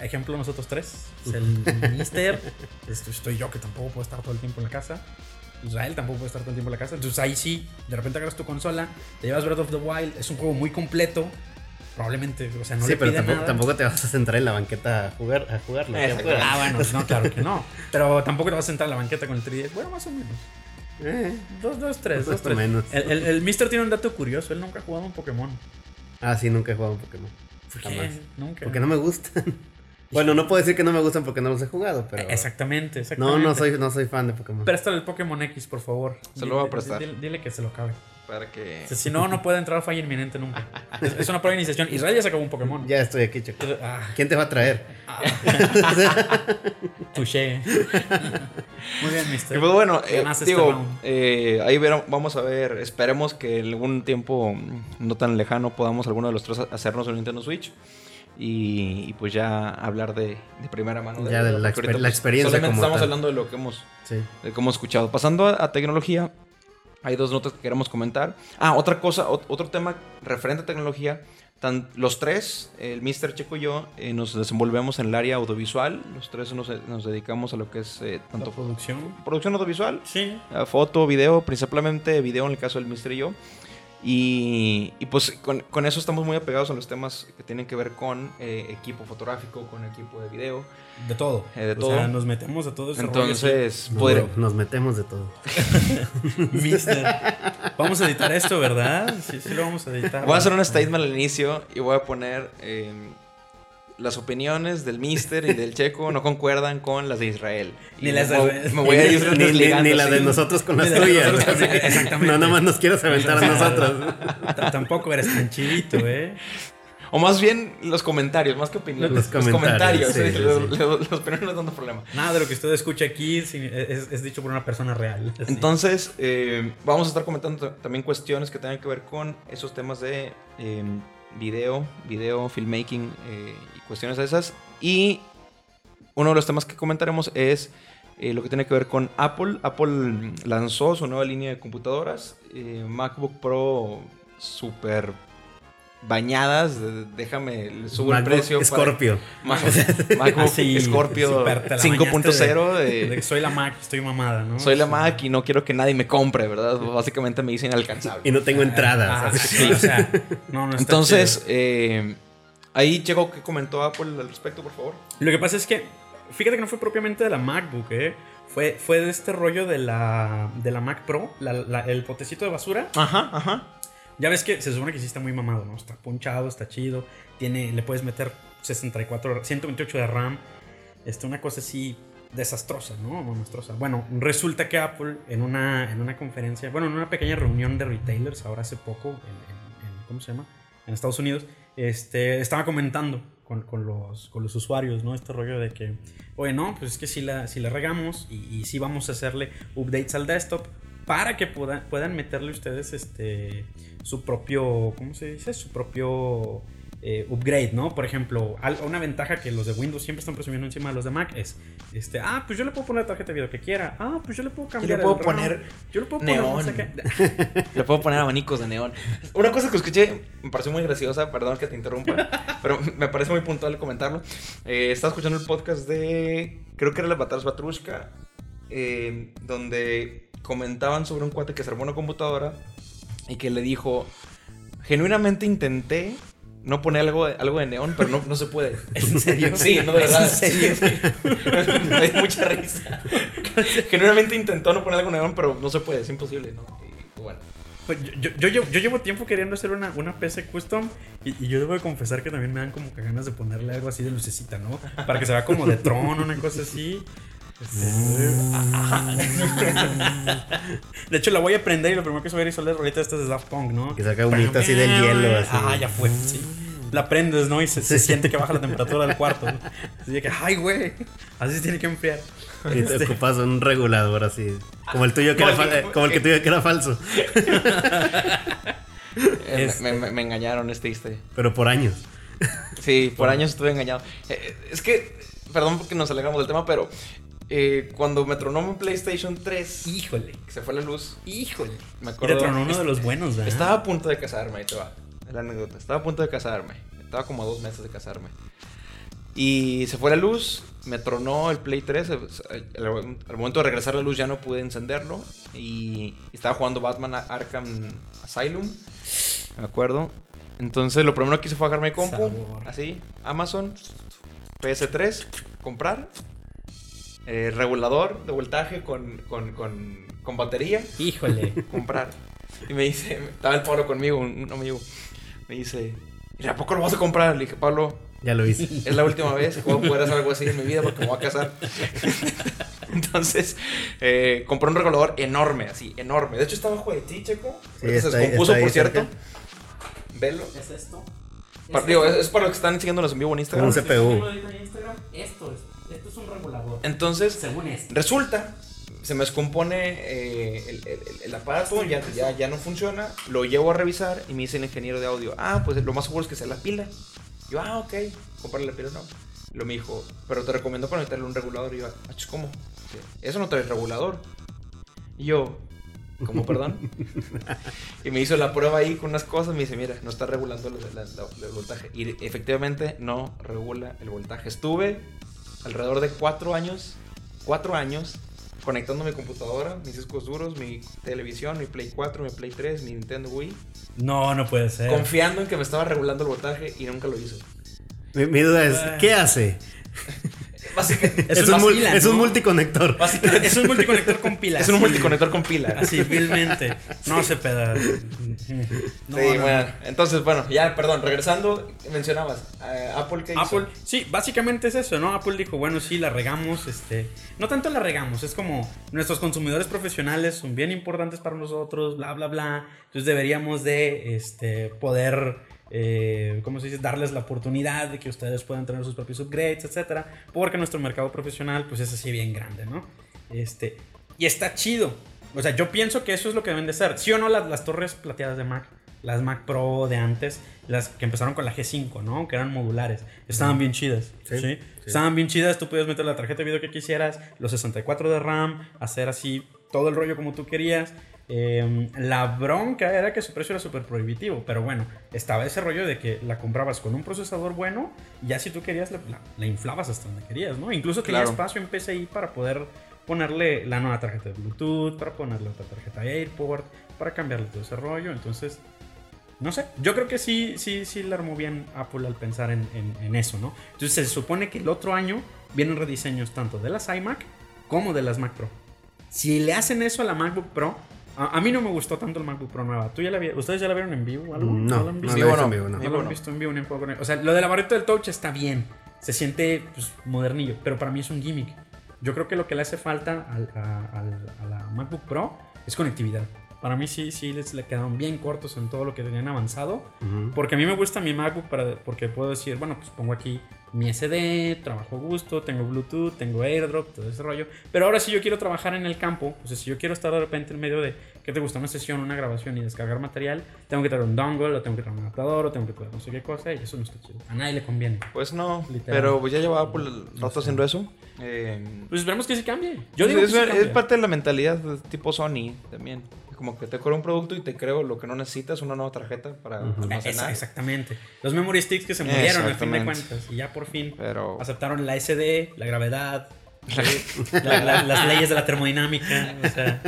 S2: Ejemplo, nosotros tres. Es el Mister. esto- Estoy yo que tampoco puedo estar todo el tiempo en la casa. Israel tampoco puede estar todo el tiempo en la casa. Entonces ahí sí, de repente agarras tu consola, te llevas Breath of the Wild. Es un juego muy completo. Probablemente, o sea, no
S3: sí,
S2: le
S3: pero
S2: pide
S3: tampoco,
S2: nada.
S3: tampoco te vas a centrar en la banqueta a jugar a jugarlo. ¿qué
S1: Exacto.
S3: juegas?
S2: Ah, bueno, no, claro que no. Pero tampoco te vas a sentar en la banqueta con el 3D. Bueno, más o menos.
S3: Eh.
S2: Dos, dos, tres,
S3: Más
S2: dos,
S3: o
S2: tres.
S3: menos.
S2: Pues El, el, el Mister tiene un dato curioso. Él nunca ha jugado un Pokémon.
S3: Ah, sí, nunca he jugado un Pokémon.
S2: ¿Por
S3: Jamás.
S2: Nunca.
S3: Porque no me gustan. bueno, no puedo decir que no me gustan porque no los he jugado, pero.
S2: E-, Eh, Exactamente, exactamente.
S3: No, no soy, no soy fan de Pokémon.
S2: Préstale el Pokémon X, por favor.
S1: Se lo voy a
S2: Dile-
S1: prestar.
S2: Dile, dile que se lo cabe.
S1: Para que...
S2: O sea, si no, no puede entrar falla inminente nunca. Es, es una prueba de iniciación. Israel ya se acabó un Pokémon.
S3: Ya estoy aquí, chico.
S2: Ah,
S3: ¿Quién te va a traer?
S2: touché. Muy bien, Mister.
S1: Y pues bueno, eh,
S2: Ganaste este
S1: digo,
S2: round.
S1: eh, ahí verá- vamos a ver, esperemos que en algún tiempo mm, no tan lejano podamos alguno de los tres ha- hacernos un Nintendo Switch. Y, y pues ya hablar de, de primera mano. de
S3: Ya
S1: ello,
S3: de la
S1: porque ahorita,
S3: exper- la
S1: pues,
S3: experiencia
S1: Solamente
S3: como
S1: estamos
S3: tal.
S1: hablando de lo que hemos
S3: Sí.
S1: de cómo eh, he escuchado. Pasando a, a tecnología, hay dos notas que queremos comentar. Ah, otra cosa, ot- otro tema referente a tecnología. Tan, los tres, el Mr. Checo y yo, eh, nos desenvolvemos en el área audiovisual. Los tres nos, nos dedicamos a lo que es eh,
S2: La
S1: tanto
S2: producción.
S1: producción audiovisual,
S2: Sí.
S1: a foto, video, principalmente video en el caso del Mr. y yo. Y, y pues con, con eso estamos muy apegados a los temas que tienen que ver con eh, equipo fotográfico, con equipo de video.
S2: De todo.
S1: Eh, de
S2: o sea,
S1: todo.
S2: nos metemos a todo ese rollo,
S1: Entonces,
S3: No,
S1: podría-
S3: Nos metemos de todo.
S2: sí. Mister, Vamos a editar esto, ¿verdad? Sí, sí lo vamos a editar.
S1: voy a hacer un statement al inicio y voy a poner eh, las opiniones del Mister y del Checo no concuerdan con las de Israel. Y
S2: Ni las
S1: me,
S2: de-
S1: voy- me voy a ir
S3: Ni- ni-
S1: desligando,
S3: ni la de
S1: sí.
S3: nosotros con las
S2: Ni la de
S3: tuyas.
S2: nosotros,
S3: así que
S2: exactamente.
S3: No, nada más nos quieres aventar a nosotros.
S2: T- Tampoco eres tan chidito, ¿eh?
S1: O más bien los comentarios, más que opiniones. Los,
S3: Los
S1: comentarios.
S3: comentarios, sí,
S1: sí,
S3: sí,
S1: los-
S3: sí.
S1: los- los opiniones no es tanto problema.
S2: Nada de lo que usted escucha aquí sí, es, es dicho por una persona real. así.
S1: Entonces, eh, vamos a estar comentando t- también cuestiones que tengan que ver con esos temas de eh, video, video, filmmaking eh, y cuestiones de esas. Y uno de los temas que comentaremos es eh, lo que tiene que ver con Apple. Apple mm, lanzó su nueva línea de computadoras, eh, MacBook Pro super bañadas, de- déjame, le subo el
S3: MacBook
S1: precio. para-
S3: Scorpio.
S1: Mac- MacBook
S2: Así,
S1: Scorpio
S2: súper, te la
S1: 5.0
S2: De
S1: de,
S2: que soy la Mac, estoy mamada, ¿no?
S1: eh, soy la
S2: O sea,
S1: Mac y no quiero que nadie me compre, ¿verdad? Básicamente me dice
S3: Y
S1: inalcanzable.
S3: no tengo entradas.
S2: Ah,
S3: así que-
S2: sí, o sea, no, no está
S1: Entonces,
S2: chido.
S1: eh, ahí llegó que comentó Apple al respecto, por favor.
S2: Lo que pasa es que, fíjate que no fue propiamente de la MacBook, ¿eh? Fue, fue de este rollo de la, de la Mac Pro, la- la- el potecito de basura.
S1: Ajá, ajá.
S2: Ya ves que se supone que sí está muy mamado, ¿no? Está punchado, está chido. Tiene, le puedes meter 64, 128 de RAM. Este, una cosa así desastrosa, ¿no? Monstruosa. Bueno, resulta que Apple en una, en una conferencia, bueno, en una pequeña reunión de retailers ahora hace poco, en, en- en- ¿cómo se llama? En Estados Unidos, este, estaba comentando con, con los, con los usuarios, ¿no? Este rollo de que, oye, no, pues es que si la, si la regamos y, y si vamos a hacerle updates al desktop para que pueda- puedan meterle ustedes este, su propio, ¿cómo se dice? Su propio eh, upgrade, ¿no? Por ejemplo, al- una ventaja que los de Windows siempre están presumiendo encima de los de Mac es, este, ah, pues yo le puedo poner la tarjeta de video que quiera, ah, pues yo le puedo cambiar
S1: puedo
S2: RAM.
S1: poner
S2: yo le puedo poner no
S1: neón.
S2: sé qué".
S1: Le puedo poner abanicos de neón. Una cosa que escuché, me pareció muy graciosa, perdón que te interrumpa, pero me parece muy puntual comentarlo. Eh, estaba escuchando el podcast de, creo que era las Batallas Batrushka, eh, donde comentaban sobre un cuate que se armó una computadora y que le dijo, genuinamente intenté no poner algo de, algo de neón, pero no, no se puede.
S2: ¿Es en serio?
S1: Sí, no, de
S2: ¿Es
S1: verdad.
S2: en serio?
S1: Me dio mucha risa. Genuinamente intentó no poner algo de neón, pero no se puede, es imposible, ¿no? Y, bueno.
S2: Pues yo, yo- yo llevo- yo llevo tiempo queriendo hacer una, una PC custom y, y yo debo de confesar que también me dan como que ganas de ponerle algo así de lucecita, ¿no? Para que se vea como de Tron, una cosa así.
S3: Mm.
S2: De hecho, la voy a prender y lo primero que se va a ir son las rolitas estas de Daft Punk, ¿no?
S3: Que saca humito así del hielo, así.
S2: Ah, ya fue, sí. La prendes, ¿no? Y se, se siente que baja la temperatura del cuarto. ¿no? Así de que, ay, güey, así se tiene que enfriar.
S3: Y te ocupas un regulador así. Como el tuyo que era, fal- eh, como el que tuyo que era falso.
S1: Eh,
S2: Este.
S1: me, me- me engañaron, este triste.
S3: Pero por años.
S1: Sí, por años estuve engañado. Eh, es que, perdón porque nos alegramos del tema, pero eh, cuando me tronó mi PlayStation 3,
S2: Híjole,
S1: que se fue la luz, híjole, me
S2: y te
S1: acuerdo.
S2: tronó uno de los buenos, ¿verdad?
S1: Estaba a punto de casarme, ahí te va. La anécdota. Estaba a punto de casarme. Estaba como a dos meses de casarme. Y se fue la luz, me tronó el Play 3. eh, se- Al, al momento de regresar la luz ya no pude encenderlo. Y estaba jugando Batman a- Arkham Asylum. Me acuerdo. Entonces lo primero que hice fue agarrar mi compu.
S2: Sabor.
S1: Así, Amazon, PS3, comprar. eh, regulador de voltaje con, con, con, con batería
S2: Híjole.
S1: comprar. Y me dice, estaba el Pablo conmigo, un un amigo. Me dice, "Mira, ¿a poco lo vas a comprar? Le dije, Pablo,
S3: Ya lo hice.
S1: es la última vez que voy a poder hacer algo así en mi vida porque me voy a casar. Entonces, eh, compré un regulador enorme, así, enorme. De hecho, está abajo de ti, Checo.
S3: Sí,
S1: Ahorita se
S3: está ahí-
S1: descompuso,
S3: está ahí
S1: por
S3: cerca.
S1: cierto. Velo.
S2: ¿Es esto?
S1: Pa- digo, es, es para los que están siguiéndonos en vivo en
S3: Como
S1: Instagram.
S3: un
S2: Uh.
S3: CPU.
S2: Esto es, esto es un regulador.
S1: Entonces,
S2: Según esto.
S1: Resulta, se me descompone eh, el, el- el aparato, ya, ya, ya no funciona. Lo llevo a revisar y me dice el ingeniero de audio: Ah, pues lo más seguro es que sea la pila. Yo, ah, ok, comprarle la pila, no. Lo me dijo, pero te recomiendo conectarle un regulador. Y yo, ah, chis, ¿cómo? Sí, Eso no trae regulador. Y yo, ¿cómo, perdón? y me hizo la prueba ahí con unas cosas. Me dice, mira, no está regulando la- la- la- el voltaje. Y efectivamente no regula el voltaje. Estuve alrededor de cuatro años, cuatro años conectando mi computadora, mis discos duros, mi televisión, mi Play 4, mi Play 3, mi Nintendo Wii,
S2: No, no puede ser.
S1: confiando en que me estaba regulando el voltaje y nunca lo hizo.
S3: Mi, mi duda es,
S2: Ah.
S3: ¿qué hace?
S1: Básicamente,
S3: Es,
S2: Es
S3: un,
S2: una
S3: mul-
S2: pila,
S3: es un
S2: ¿no?
S3: multiconector.
S2: Básicamente, es un multiconector con pilas.
S1: es un multiconector con pila.
S2: Así, vilmente. No se peda. No,
S1: sí,
S2: no,
S1: bueno. Entonces, bueno, ya, perdón, regresando, mencionabas eh, Apple que
S2: Apple, sí, básicamente es eso, ¿no? Apple dijo, bueno, sí, la regamos, este, no tanto la regamos, es como nuestros consumidores profesionales son bien importantes para nosotros, bla, bla, bla, entonces deberíamos de, este, poder, eh, ¿cómo se dice?, darles la oportunidad de que ustedes puedan tener sus propios upgrades, etcétera, porque nuestro mercado profesional, pues es así bien grande, ¿no? Este, y está chido, o sea, yo pienso que eso es lo que deben de ser, ¿sí o no las, las torres plateadas de Mac? Las Mac Pro de antes, las que empezaron con la G5, ¿no? Que eran modulares. Estaban bien chidas. Sí,
S3: Sí, sí.
S2: Estaban bien chidas. Tú podías meter la tarjeta de video que quisieras, los 64 de RAM, hacer así todo el rollo como tú querías. Eh, la bronca era que su precio era súper prohibitivo, pero bueno, estaba ese rollo de que la comprabas con un procesador bueno y ya si tú querías la, la- la inflabas hasta donde querías, ¿no? Incluso tenía
S1: Claro.
S2: espacio en PCI para poder ponerle la nueva tarjeta de Bluetooth, para ponerle otra tarjeta AirPort, para cambiarle todo ese rollo. Entonces, no sé, yo creo que sí, sí, sí la armó bien Apple al pensar en, en- en eso, ¿no? Entonces se supone que el otro año vienen rediseños tanto de las iMac como de las Mac Pro. Si le hacen eso a la MacBook Pro, a, a mí no me gustó tanto el MacBook Pro nueva. ¿Tú ya la vi- ¿Ustedes ya la vieron en vivo o algo?
S3: No,
S2: la han
S3: no
S2: visto?
S3: lo he
S1: Vivo
S3: visto en
S1: no.
S3: vivo, no.
S2: No lo
S1: Vivo
S2: han
S1: no.
S2: visto en vivo ni en juego con él. O sea, lo de la barrita del touch está bien. Se siente pues, modernillo, pero para mí es un gimmick. Yo creo que lo que le hace falta al- a, al- a la MacBook Pro es conectividad. Para mí sí, sí, les le quedaron bien cortos en todo lo que tenían avanzado.
S3: Ujú.
S2: Porque a mí me gusta mi MacBook para, porque puedo decir, bueno, pues pongo aquí mi SD, trabajo a gusto, tengo Bluetooth, tengo AirDrop, todo ese rollo. Pero ahora si yo quiero trabajar en el campo, o sea, si yo quiero estar de repente en medio de, ¿qué te gusta? Una sesión, una grabación y descargar material, tengo que traer un dongle, o tengo que traer un adaptador, o tengo que traer no sé qué cosa, y eso no está chido. A nadie le conviene.
S1: Pues no,
S2: Literal.
S1: pero pues ya llevaba por el
S2: No
S1: rato
S2: sé.
S1: haciendo eso. Eh,
S2: Pues esperemos que se cambie. Yo digo que
S1: es,
S2: sí
S1: es
S2: cambia.
S1: parte de la mentalidad de tipo Sony también. Como que te creo un producto y te creo lo que no necesitas, una nueva tarjeta para
S3: Ujú.
S1: almacenar.
S2: Esa- exactamente. Los memory sticks que se murieron al fin de
S1: Exactamente.
S2: cuentas. Y ya por fin
S1: Pero
S2: aceptaron la SD, la gravedad, la- la- las leyes de la termodinámica. O sea,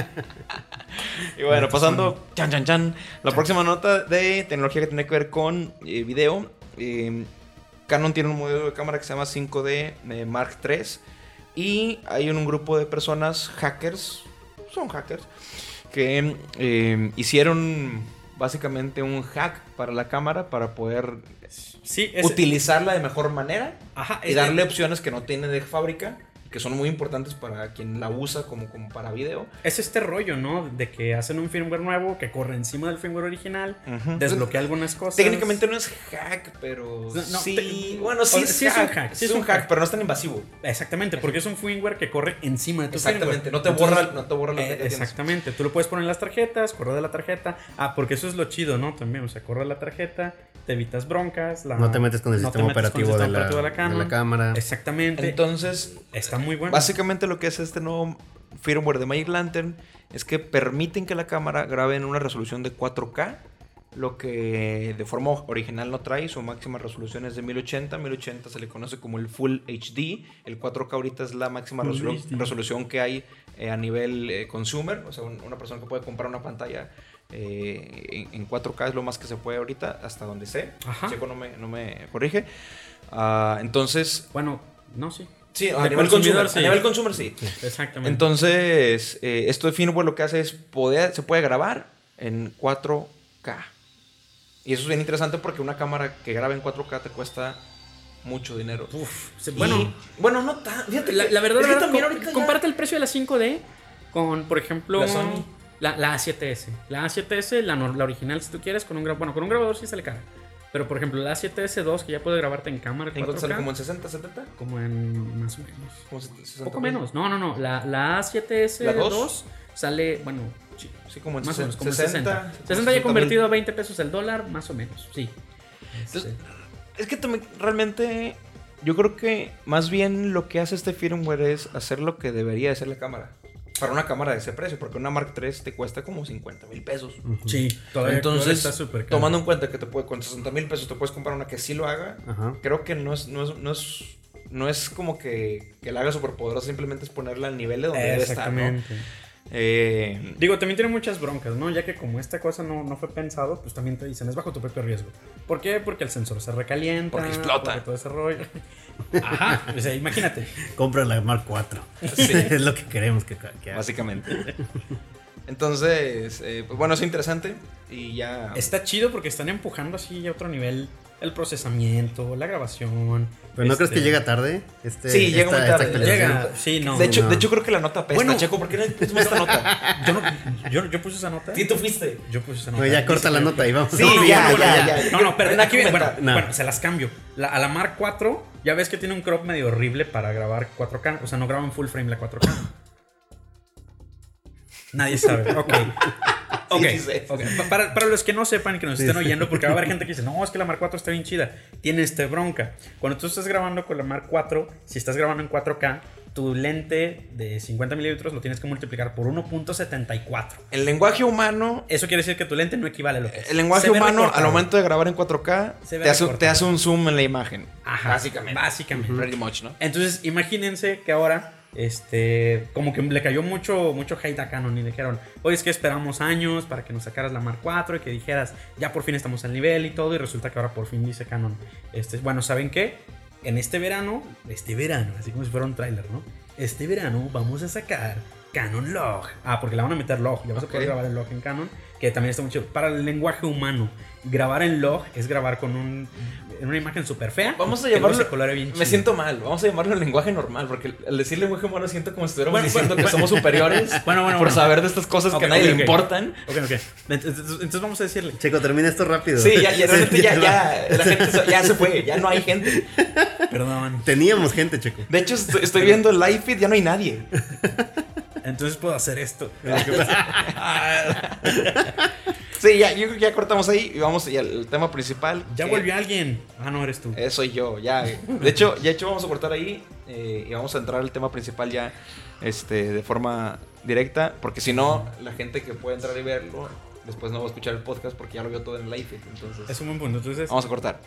S1: Y bueno, pasando, chan, chan, chan. La próxima nota de tecnología que tiene que ver con eh, video. Eh, Canon tiene un modelo de cámara que se llama 5D eh, Mark III. Y hay un grupo de personas, hackers, son hackers, que eh, hicieron básicamente un hack para la cámara para poder
S2: sí, es,
S1: utilizarla de mejor manera
S2: ajá,
S1: y
S2: es-
S1: darle opciones que no tiene de fábrica, que son muy importantes para quien la usa como, como para video.
S2: es este rollo, ¿no? De que hacen un firmware nuevo que corre encima del firmware original,
S1: Ujú.
S2: desbloquea algunas cosas.
S1: Técnicamente no es hack, pero
S2: No, no,
S1: sí.
S2: te-
S1: Bueno, sí,
S2: o sea,
S1: es, hack, Sí es un hack, pero no es tan invasivo.
S2: Exactamente, porque es un firmware que corre encima de tu
S1: Exactamente,
S2: firmware.
S1: no te
S2: Entonces,
S1: borra, no te borra la
S2: Eh,
S1: que tienes.
S2: exactamente, tú lo puedes poner en las tarjetas, correr de la tarjeta. Ah, porque eso es lo chido, ¿no? También, o sea, correr la tarjeta, te evitas broncas. la-
S3: No te metes con el
S2: no te
S3: sistema
S2: metes con el
S3: operativo,
S2: sistema
S3: de, la,
S2: operativo
S3: de la
S2: Canon.
S3: cámara.
S2: Exactamente,
S1: Entonces,
S2: está muy bueno.
S1: básicamente lo que es este nuevo firmware de Magic Lantern es que permiten que la cámara grabe en una resolución de 4K, lo que de forma original no trae, su máxima resolución es de 1080, 1080 se le conoce como el Full HD, el 4K ahorita es la máxima
S2: Full
S1: resolu-
S2: HD.
S1: resolución que hay eh, a nivel eh, consumer, o sea, un- una persona que puede comprar una pantalla eh, en, en 4K es lo más que se puede ahorita, hasta donde sé,
S2: Ajá.
S1: Checo no me, no me corrige, Ah, entonces...
S2: Bueno, no, sí.
S1: Sí, a
S2: De
S1: nivel
S2: consumidor,
S1: consumer,
S2: sí.
S1: a nivel consumer sí.
S2: Exactamente.
S1: Entonces, eh, esto de firmware lo que hace es poder, se puede grabar en 4K. Y eso es bien interesante porque una cámara que graba en 4K te cuesta mucho dinero.
S2: Uf, se-
S1: Y-
S2: bueno,
S1: bueno, no tan. Fíjate,
S2: la, la verdad,
S1: es
S2: la
S1: que
S2: verdad,
S1: también
S2: com-
S1: ahorita ya-
S2: comparte el precio de la 5D con, por ejemplo,
S1: La Sony.
S2: la, la A7S. La A7S, la, nor- la original, si tú quieres, con un grabador. Bueno, con un grabador sí sale cara. Pero, por ejemplo, la A7S 2, que ya puede grabarte en cámara
S1: ¿En cuánto sale?
S2: 4K,
S1: ¿Como en 60, 70?
S2: como en más o menos.
S1: Como 60,
S2: Poco menos. No, no, no. La, la A7S
S1: ¿La
S2: 2?
S1: dos?
S2: sale, bueno, sí,
S1: Sí, como en
S2: más o menos, como
S1: 60.
S2: 60. 60 ya convertido a 20 pesos el dólar, más o menos, sí.
S1: Entonces,
S2: Este,
S1: Es que también, realmente, yo creo que más bien lo que hace este firmware es hacer lo que debería hacer la cámara. Para una cámara de ese precio, porque una Mark III te cuesta como 50 mil pesos.
S3: Ujú.
S2: sí, todavía todavía
S1: Entonces,
S2: está súper caro. Ah.
S1: tomando en cuenta que te puede, con 60 mil pesos te puedes comprar una que sí lo haga,
S3: Ajá.
S1: creo que no es, no es, no es no es como que, que la haga superpoderosa, simplemente es ponerla al nivel de donde debe estar, ¿no?
S2: Exactamente.
S1: Eh,
S2: Digo, también tiene muchas broncas, ¿no? Ya que como esta cosa no, no fue pensado, pues también te dicen, es bajo tu propio riesgo. ¿Por qué? Porque el sensor se recalienta.
S1: Porque explota.
S2: Porque todo ese rollo. Ajá, o sea, imagínate.
S3: Compra la Mark 4.
S1: Sí.
S3: es lo que queremos que, que haga.
S1: básicamente. Entonces, eh, pues bueno, es interesante y ya...
S2: Está chido porque están empujando así a otro nivel el procesamiento, la grabación.
S3: Pero no crees
S2: este,
S3: que llega tarde. Este,
S1: Sí, llega muy tarde,
S3: actualización?
S2: Llega, sí, no.
S1: de, hecho,
S3: no.
S1: de hecho, creo que la nota apesta.
S2: Bueno.
S1: Checo, ¿por qué no pusimos esta nota?
S2: Yo, no- yo, yo puse esa nota.
S1: Sí, tú fuiste.
S2: Yo puse esa nota.
S3: No, ya corta la nota y vamos.
S1: Sí,
S3: No,
S1: ya,
S3: no,
S1: ya, ya.
S2: No, no,
S1: Ven
S2: pero
S1: a
S2: aquí, bueno,
S1: comentar.
S2: bueno,
S3: No.
S2: se las cambio. La- a la Mark 4, ya ves que tiene un crop medio horrible para grabar 4K. O sea, no graban full frame la 4K. Nadie sabe. Ok. Ok,
S1: sí sé.
S2: ok. Pa- Para, para los que no sepan, que nos
S3: Sí,
S2: estén
S3: sí.
S2: oyendo, porque va a haber gente que dice, no, es que la Mark 4 está bien chida, tiene este bronca. Cuando tú estás grabando con la Mark 4, si estás grabando en 4K, tu lente de 50 milímetros lo tienes que multiplicar por 1.74.
S1: El lenguaje humano
S2: Eso quiere decir que tu lente no equivale a lo que es.
S1: El
S2: Se
S1: lenguaje
S2: ve
S1: humano,
S2: recortado.
S1: al momento de grabar en 4K,
S2: Se ve
S1: te hace,
S2: recortado.
S1: te hace un zoom en la imagen.
S2: Ajá,
S1: Básicamente.
S2: Básicamente.
S1: Pretty much, ¿no?
S2: Entonces, imagínense que ahora, este, como que le cayó mucho, mucho hate a Canon y le dijeron, oye, es que esperamos años para que nos sacaras la Mark 4 y que dijeras, ya por fin estamos al nivel y todo, y resulta que ahora por fin dice Canon, este, bueno, ¿saben qué? En este verano, este verano, así como si fuera un tráiler, ¿no? Este verano vamos a sacar Canon Log. Ah, porque la van a meter Log, ya vas
S1: Ok.
S2: a poder grabar el Log en Canon, que también está muy chido. Para el lenguaje humano, grabar en Log es grabar con un, en una imagen súper fea.
S1: Vamos a
S2: que luego
S1: llamarlo-
S2: se colore bien
S1: Me
S2: chido.
S1: siento mal, vamos a llamarlo lenguaje normal, porque al decir lenguaje humano siento como si estuviéramos
S2: Bueno,
S1: diciendo
S2: bueno,
S1: que somos superiores
S2: Bueno, bueno,
S1: por
S2: bueno.
S1: saber de estas cosas
S2: Ok,
S1: que a nadie
S2: ok,
S1: le
S2: ok.
S1: importan.
S2: Ok, ok. Entonces, entonces vamos a decirle.
S3: Checo, termina esto rápido.
S1: Sí, ya, ya, realmente ya,
S3: va.
S1: ya, la gente se- ya se fue, ya no hay gente.
S2: Perdón.
S3: Teníamos gente, Checo.
S1: De hecho, estoy, estoy viendo el live feed, ya no hay nadie.
S2: Entonces puedo hacer esto.
S1: Ah. Sí, ya, yo creo que ya cortamos ahí y vamos ya al tema principal.
S2: Ya
S1: que
S2: volvió alguien. Ah, no, eres tú.
S1: Eh, soy yo, ya. De hecho, ya hecho vamos a cortar ahí eh, y vamos a entrar al tema principal ya este, de forma directa, porque si no, la gente que puede entrar y verlo, después no va a escuchar el podcast porque ya lo vio todo en el live feed. Entonces,
S2: Es un buen punto. Entonces,
S1: vamos a cortar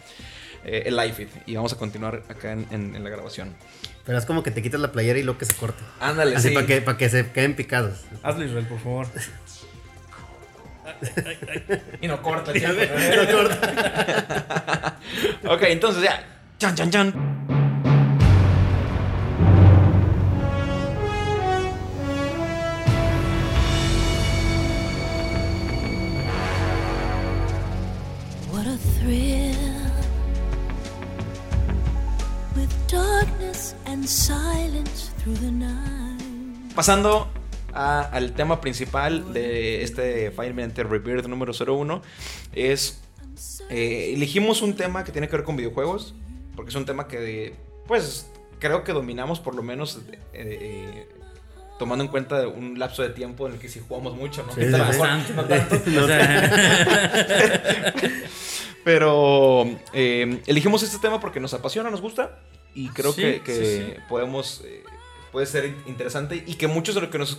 S1: eh, el live feed y vamos a continuar acá en, en- en la grabación.
S3: Pero es como que te quitas la playera y lo que se corta.
S1: Ándale,
S3: Así
S1: sí.
S3: para que, para que se queden picados.
S2: hazlo, Israel, por favor.
S1: Y no corta.
S3: Lo corta.
S1: ok, entonces ya. Chan, chan, chan.
S4: What a thrill with darkness and silence through the night.
S1: Pasando a- al tema principal de este Fire Minute Rebirth número 01, es
S4: I'm so
S1: Eh, elegimos un tema que tiene que ver con videojuegos, porque es un tema que, pues, creo que dominamos por lo menos, eh, eh, tomando en cuenta un lapso de tiempo en el que sí jugamos mucho, ¿no?
S3: Sí,
S1: Que tal vez
S2: bastante.
S1: no tanto.
S2: O sea,
S1: Pero eh, elegimos este tema porque nos apasiona, nos gusta, y creo
S2: Sí,
S1: que, que
S2: sí, sí.
S1: podemos, eh, puede ser interesante y que muchos de los que nos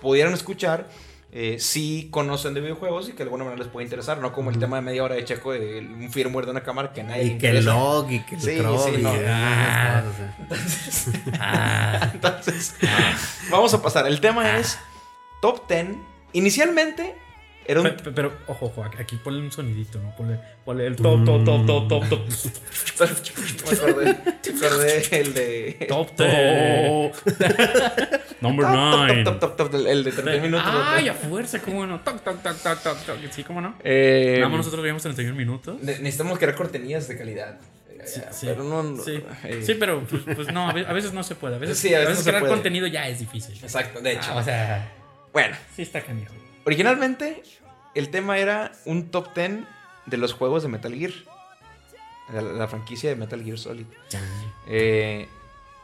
S1: pudieran escuchar. eh, sí conocen de videojuegos y que de alguna manera les puede interesar, no como el tema de media hora de checo de un firmware de una cámara que a nadie le
S3: Y que el
S1: interesa.
S3: log y que el
S1: Sí,
S3: crop
S1: sí,
S3: y
S1: no.
S3: que-
S2: Ah.
S3: esas cosas, sí.
S1: Entonces,
S3: Ah.
S1: vamos a pasar. El tema es top 10. Inicialmente era un.
S2: pe- pe- pero, ojo, ojo, aquí ponle un sonidito, ¿no? Ponle, ponle el top, top, top, top, top, top.
S1: me acordé, me acordé el de. Ah,
S2: Top, top. Number nine. Ah,
S1: Top, top, top, top, top, el de 30 minutos.
S2: Ay, a fuerza, cómo no. Toc, toc, toc, toc, toc, toc. Sí, cómo no.
S1: Eh,
S2: Nada más nosotros veíamos 31 minutos.
S1: ne- necesitamos crear cortinillas de calidad.
S2: Sí,
S1: Eh,
S2: sí.
S1: Pero no.
S2: sí.
S1: eh,
S2: Sí, pero pues, pues no, a ve- a veces no se puede. A veces,
S1: Sí, a
S2: a
S1: veces
S2: veces
S1: no se
S2: crear
S1: puede.
S2: contenido ya es difícil.
S1: Exacto, de hecho.
S2: Ah, o sea,
S1: Bueno,
S2: sí está canijo.
S1: originalmente el tema era un top 10 de los juegos de Metal Gear. La, la franquicia de Metal Gear Solid. Eh,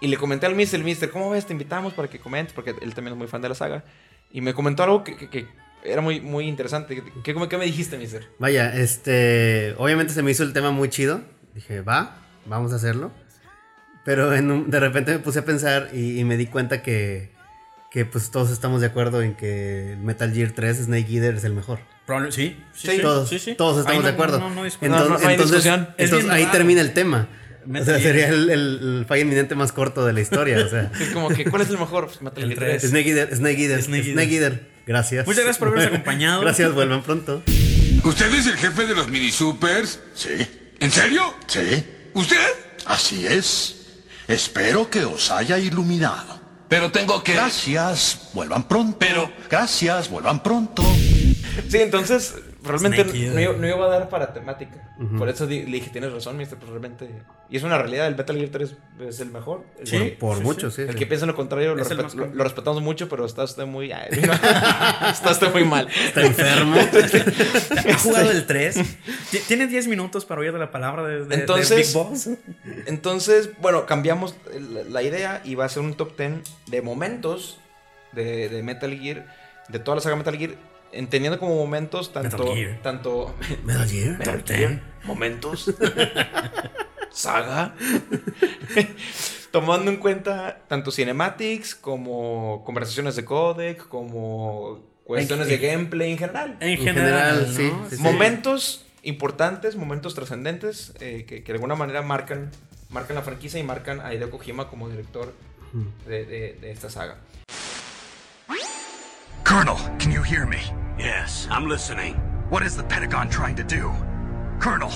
S1: y le comenté al Mister, el Mister, ¿cómo ves? Te invitamos para que comentes, porque él también es muy fan de la saga. Y me comentó algo que, que- que era muy, muy interesante. ¿Qué, cómo- qué me dijiste, Mister?
S3: Vaya, este. Obviamente se me hizo el tema muy chido. Dije, va, vamos a hacerlo. Pero en un- de repente me puse a pensar y, y me di cuenta que, que, pues todos estamos de acuerdo en que Metal Gear 3 Snake Eater es el mejor.
S2: Probable- sí, sí,
S1: Sí,
S2: sí,
S3: todos,
S2: sí, sí.
S3: todos
S2: Ahí
S3: estamos
S2: no-
S3: de acuerdo.
S2: No, no, no discuto.
S3: entonces,
S1: No, no, no hay
S3: entonces-
S1: discusión.
S2: Es
S3: entonces
S2: bien
S3: ahí
S2: raro.
S3: termina el tema.
S2: Metal
S3: O sea,
S2: Gear.
S3: sería el, el, el fallo inminente más corto de la historia. O sea,
S1: Es como que, ¿cuál es el mejor? Pues, Metal
S2: El
S1: Gear
S2: tres.
S1: 3.
S3: Snake Eater, Snake Eater,
S2: Snake
S3: Snake
S2: Eater.
S3: Eater. Gracias.
S2: Muchas gracias por habernos acompañado.
S3: Gracias, vuelvan pronto.
S5: ¿Usted es el jefe de los mini supers?
S6: Sí,
S5: ¿En serio?
S6: sí,
S5: ¿Usted?
S6: así es. Espero que os haya iluminado.
S5: Pero tengo que.
S6: Gracias, vuelvan pronto.
S5: Pero-
S6: gracias, vuelvan pronto.
S1: Sí, entonces realmente
S2: Snake Eater.
S1: no, iba- no iba a dar para temática. Por eso di- le dije, tienes razón, mister, pero realmente... Y es una realidad, el Metal Gear 3 es el mejor. El
S2: Sí.
S1: que-
S3: Por
S2: sí.
S3: muchos, sí.
S1: El
S3: sí.
S1: que piensa lo contrario lo,
S2: Es el
S1: respet-
S2: más
S1: lo-
S2: común.
S1: lo respetamos mucho, pero está usted muy... ay, está usted muy mal.
S3: Está enfermo.
S2: ¿Ha jugado el 3? Ti- Tiene 10 minutos para oír de la palabra de, de- de
S1: Entonces-
S2: Big Boss.
S1: Entonces, bueno, cambiamos el- la idea y va a ser un top 10 de momentos de, de Metal Gear, de toda la saga Metal Gear, entendiendo como momentos tanto...
S2: Metal Gear.
S1: tanto
S3: Metal Gear.
S1: Metal Gear, momentos, saga, tomando en cuenta tanto cinematics como conversaciones de codec, como cuestiones de
S2: En- en-
S1: gameplay en general.
S2: En
S3: En
S2: general,
S3: general, sí,
S2: ¿no?
S3: sí, sí.
S1: Momentos importantes, momentos trascendentes eh, que, que de alguna manera marcan, marcan la franquicia y marcan a Hideo Kojima como director
S2: Hmm.
S1: de, de- de esta saga.
S7: Colonel, can you hear me?
S8: Yes, I'm listening.
S7: What is the Pentagon trying to do? Colonel,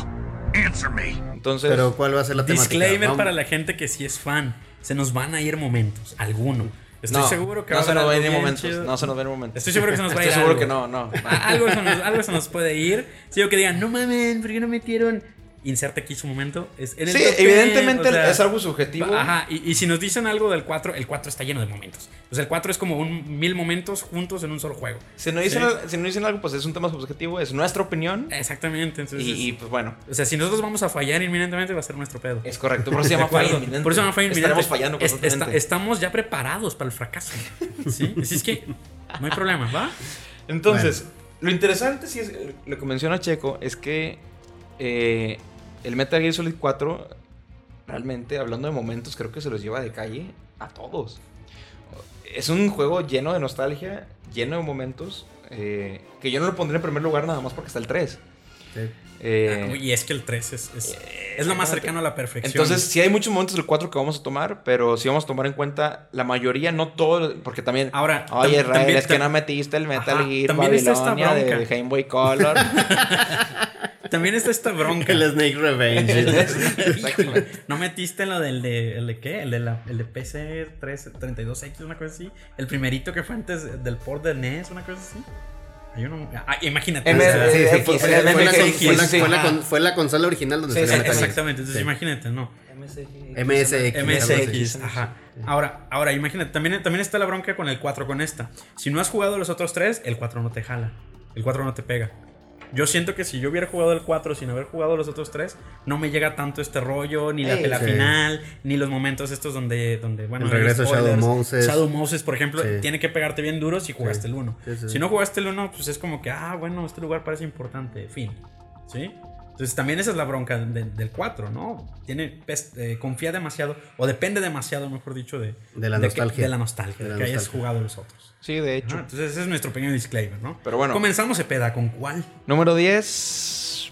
S7: answer me.
S1: Entonces,
S3: Pero ¿cuál va a ser la temática?
S2: Disclaimer
S3: Vamos-
S2: para la gente que sí es fan. Se nos van a ir momentos, alguno. Estoy
S1: no,
S2: seguro que
S1: no
S2: va a
S1: se
S2: haber
S1: nos va a ir
S2: algo bien
S1: momentos.
S2: chido.
S1: No se nos va a ir momentos.
S2: Estoy seguro que se nos va a ir
S1: Estoy seguro
S2: algo.
S1: que no, no.
S2: A- Algo se nos, algo se nos puede ir. Si yo que digan, no mamen, ¿por qué no metieron? Inserte aquí su momento. Es en el
S1: Sí,
S2: top 10,
S1: evidentemente
S2: o sea,
S1: es algo subjetivo.
S2: Ajá, y, y si nos dicen algo del 4, el 4 está lleno de momentos. O sea, el 4 es como un mil momentos juntos en un solo juego.
S1: Si no, dicen,
S2: Sí.
S1: al- si no dicen algo, pues es un tema subjetivo, es nuestra opinión.
S2: Exactamente, entonces.
S1: y, y, pues bueno,
S2: o sea, si nosotros vamos a fallar inminentemente, va a ser nuestro pedo.
S1: es correcto. Por eso se llama
S2: Por
S1: falla
S2: eso-
S1: inminente.
S2: Por eso se llama falla inminente.
S1: Estaremos fallando
S2: Es- esta-
S1: constantemente.
S2: estamos ya preparados para el fracaso. ¿Sí? Así es que no hay problema, ¿va?
S1: Entonces, lo interesante, sí es lo que menciona Checo, es que eh, el Metal Gear Solid 4, realmente, hablando de momentos, creo que se los lleva de calle a todos. Es un juego lleno de nostalgia, lleno de momentos, eh, que yo no lo pondría en primer lugar nada más porque está el 3.
S3: Sí.
S1: Eh,
S2: y es que el 3 es, es, es lo más cercano a la perfección.
S1: entonces, sí hay muchos momentos del 4 que vamos a tomar, pero sí vamos a tomar en cuenta la mayoría, no todo, porque también.
S2: Ahora,
S1: Oye,
S2: tam-
S1: Israel,
S2: también-
S1: es que
S2: tam-
S1: no metiste el Metal
S2: Ajá,
S1: Gear
S2: también está esta
S1: Babilonia de,
S2: bronca.
S1: Game Boy Color.
S2: También está esta bronca.
S3: El Snake Revenge.
S1: Exactamente.
S2: ¿No metiste lo del de, el de qué? El de, la, el de PC 3, 32X, una cosa así. El primerito que fue antes del port de NES, una cosa así. Hay uno- ah, imagínate.
S1: M- eh,
S2: o sea,
S3: Sí, sí, fue-
S1: MX,
S3: fue la- fue la-
S1: MX,
S3: fue la-
S1: sí.
S3: fue la con- Fue la consola original donde
S1: Sí,
S3: salió
S1: sí,
S3: Metal Gear.
S2: exactamente, entonces
S3: Sí.
S2: imagínate, ¿no?
S3: MSX. algo así.
S2: MSX, ajá. Ahora, ahora imagínate, también, también está la bronca con el 4 con esta. Si no has jugado los otros tres, el 4 no te jala. El 4 no te pega. Yo siento que si yo hubiera jugado el 4 sin haber jugado los otros tres, no me llega tanto este rollo, ni la
S1: Ey,
S2: pela
S3: sí.
S2: final, ni los momentos estos donde, donde bueno,
S3: El
S2: hay
S3: regreso de Shadow
S2: spoilers.
S3: Moses.
S2: Shadow Moses, por ejemplo,
S3: Sí.
S2: tiene que pegarte bien duro si jugaste el 1.
S3: Sí, sí,
S2: Si
S3: sí.
S2: no jugaste el 1, pues es como que, ah, bueno, este lugar parece importante, fin. ¿Sí? Entonces también esa es la bronca de- del 4, ¿no? Tiene, pues, eh, confía demasiado, o depende demasiado, mejor dicho, de,
S3: De la
S2: que-
S3: nostalgia.
S2: de la nostalgia, de
S3: De la
S2: que hayas
S3: nostalgia.
S2: jugado los otros.
S1: Sí, de
S2: Ajá,
S1: hecho.
S2: entonces ese es nuestro pequeño disclaimer, ¿no?
S1: Pero bueno.
S2: Comenzamos, Epeda, ¿con cuál?
S1: Número 10.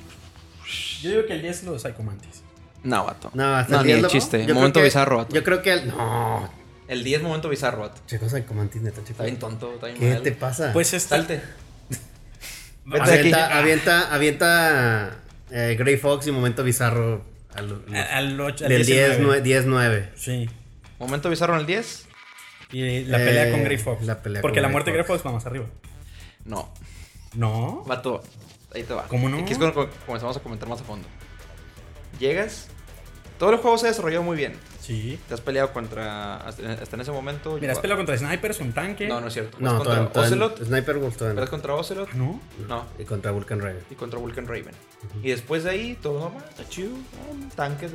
S2: Yo digo que el 10 es lo de Psycho Mantis.
S1: No, vato.
S3: No, hasta el
S1: ni
S3: 10
S1: el
S3: lo-
S1: chiste.
S3: yo creo
S1: Momento
S3: que-
S1: bizarro, vato.
S3: Yo creo que al. No.
S1: El 10, momento bizarro, vato.
S3: Chicos, el comandante neta, chicos.
S1: Está bien tonto, está bien
S3: ¿Qué
S1: mal.
S3: te pasa?
S2: Pues este...
S1: Salte. Vete de aquí.
S3: avienta, avienta, avienta eh, Grey Fox y momento bizarro al,
S2: a- Al 8, al
S3: del
S2: 19.
S3: 10-9.
S2: Sí.
S1: Momento bizarro en el 10.
S2: Y la pelea
S3: Eh,
S2: con Grey Fox.
S3: la pelea
S2: Porque
S3: con
S2: la
S3: Grey
S2: muerte de Grey
S3: Fox.
S2: Fox va más arriba.
S1: No.
S2: No.
S1: Vato, ahí te va.
S2: ¿Cómo no?
S1: Aquí es cuando comenzamos a comentar más a fondo. Llegas. Todo el juego se ha desarrollado muy bien.
S2: Sí.
S1: Te has peleado contra. Hasta en- hasta en ese momento.
S2: Mira, has peleado contra snipers, un tanque.
S1: No, no es cierto.
S3: No,
S1: es Pues contra
S3: todavía, todavía-
S1: Ocelot.
S3: Sniper Wolf todavía
S1: Peleas
S3: no.
S1: contra Ocelot.
S2: Ah, ¿No?
S1: No.
S3: Y contra Vulcan Raven.
S1: Y contra Vulcan Raven. Y después de ahí, todo normal, está chido, ah, tanques.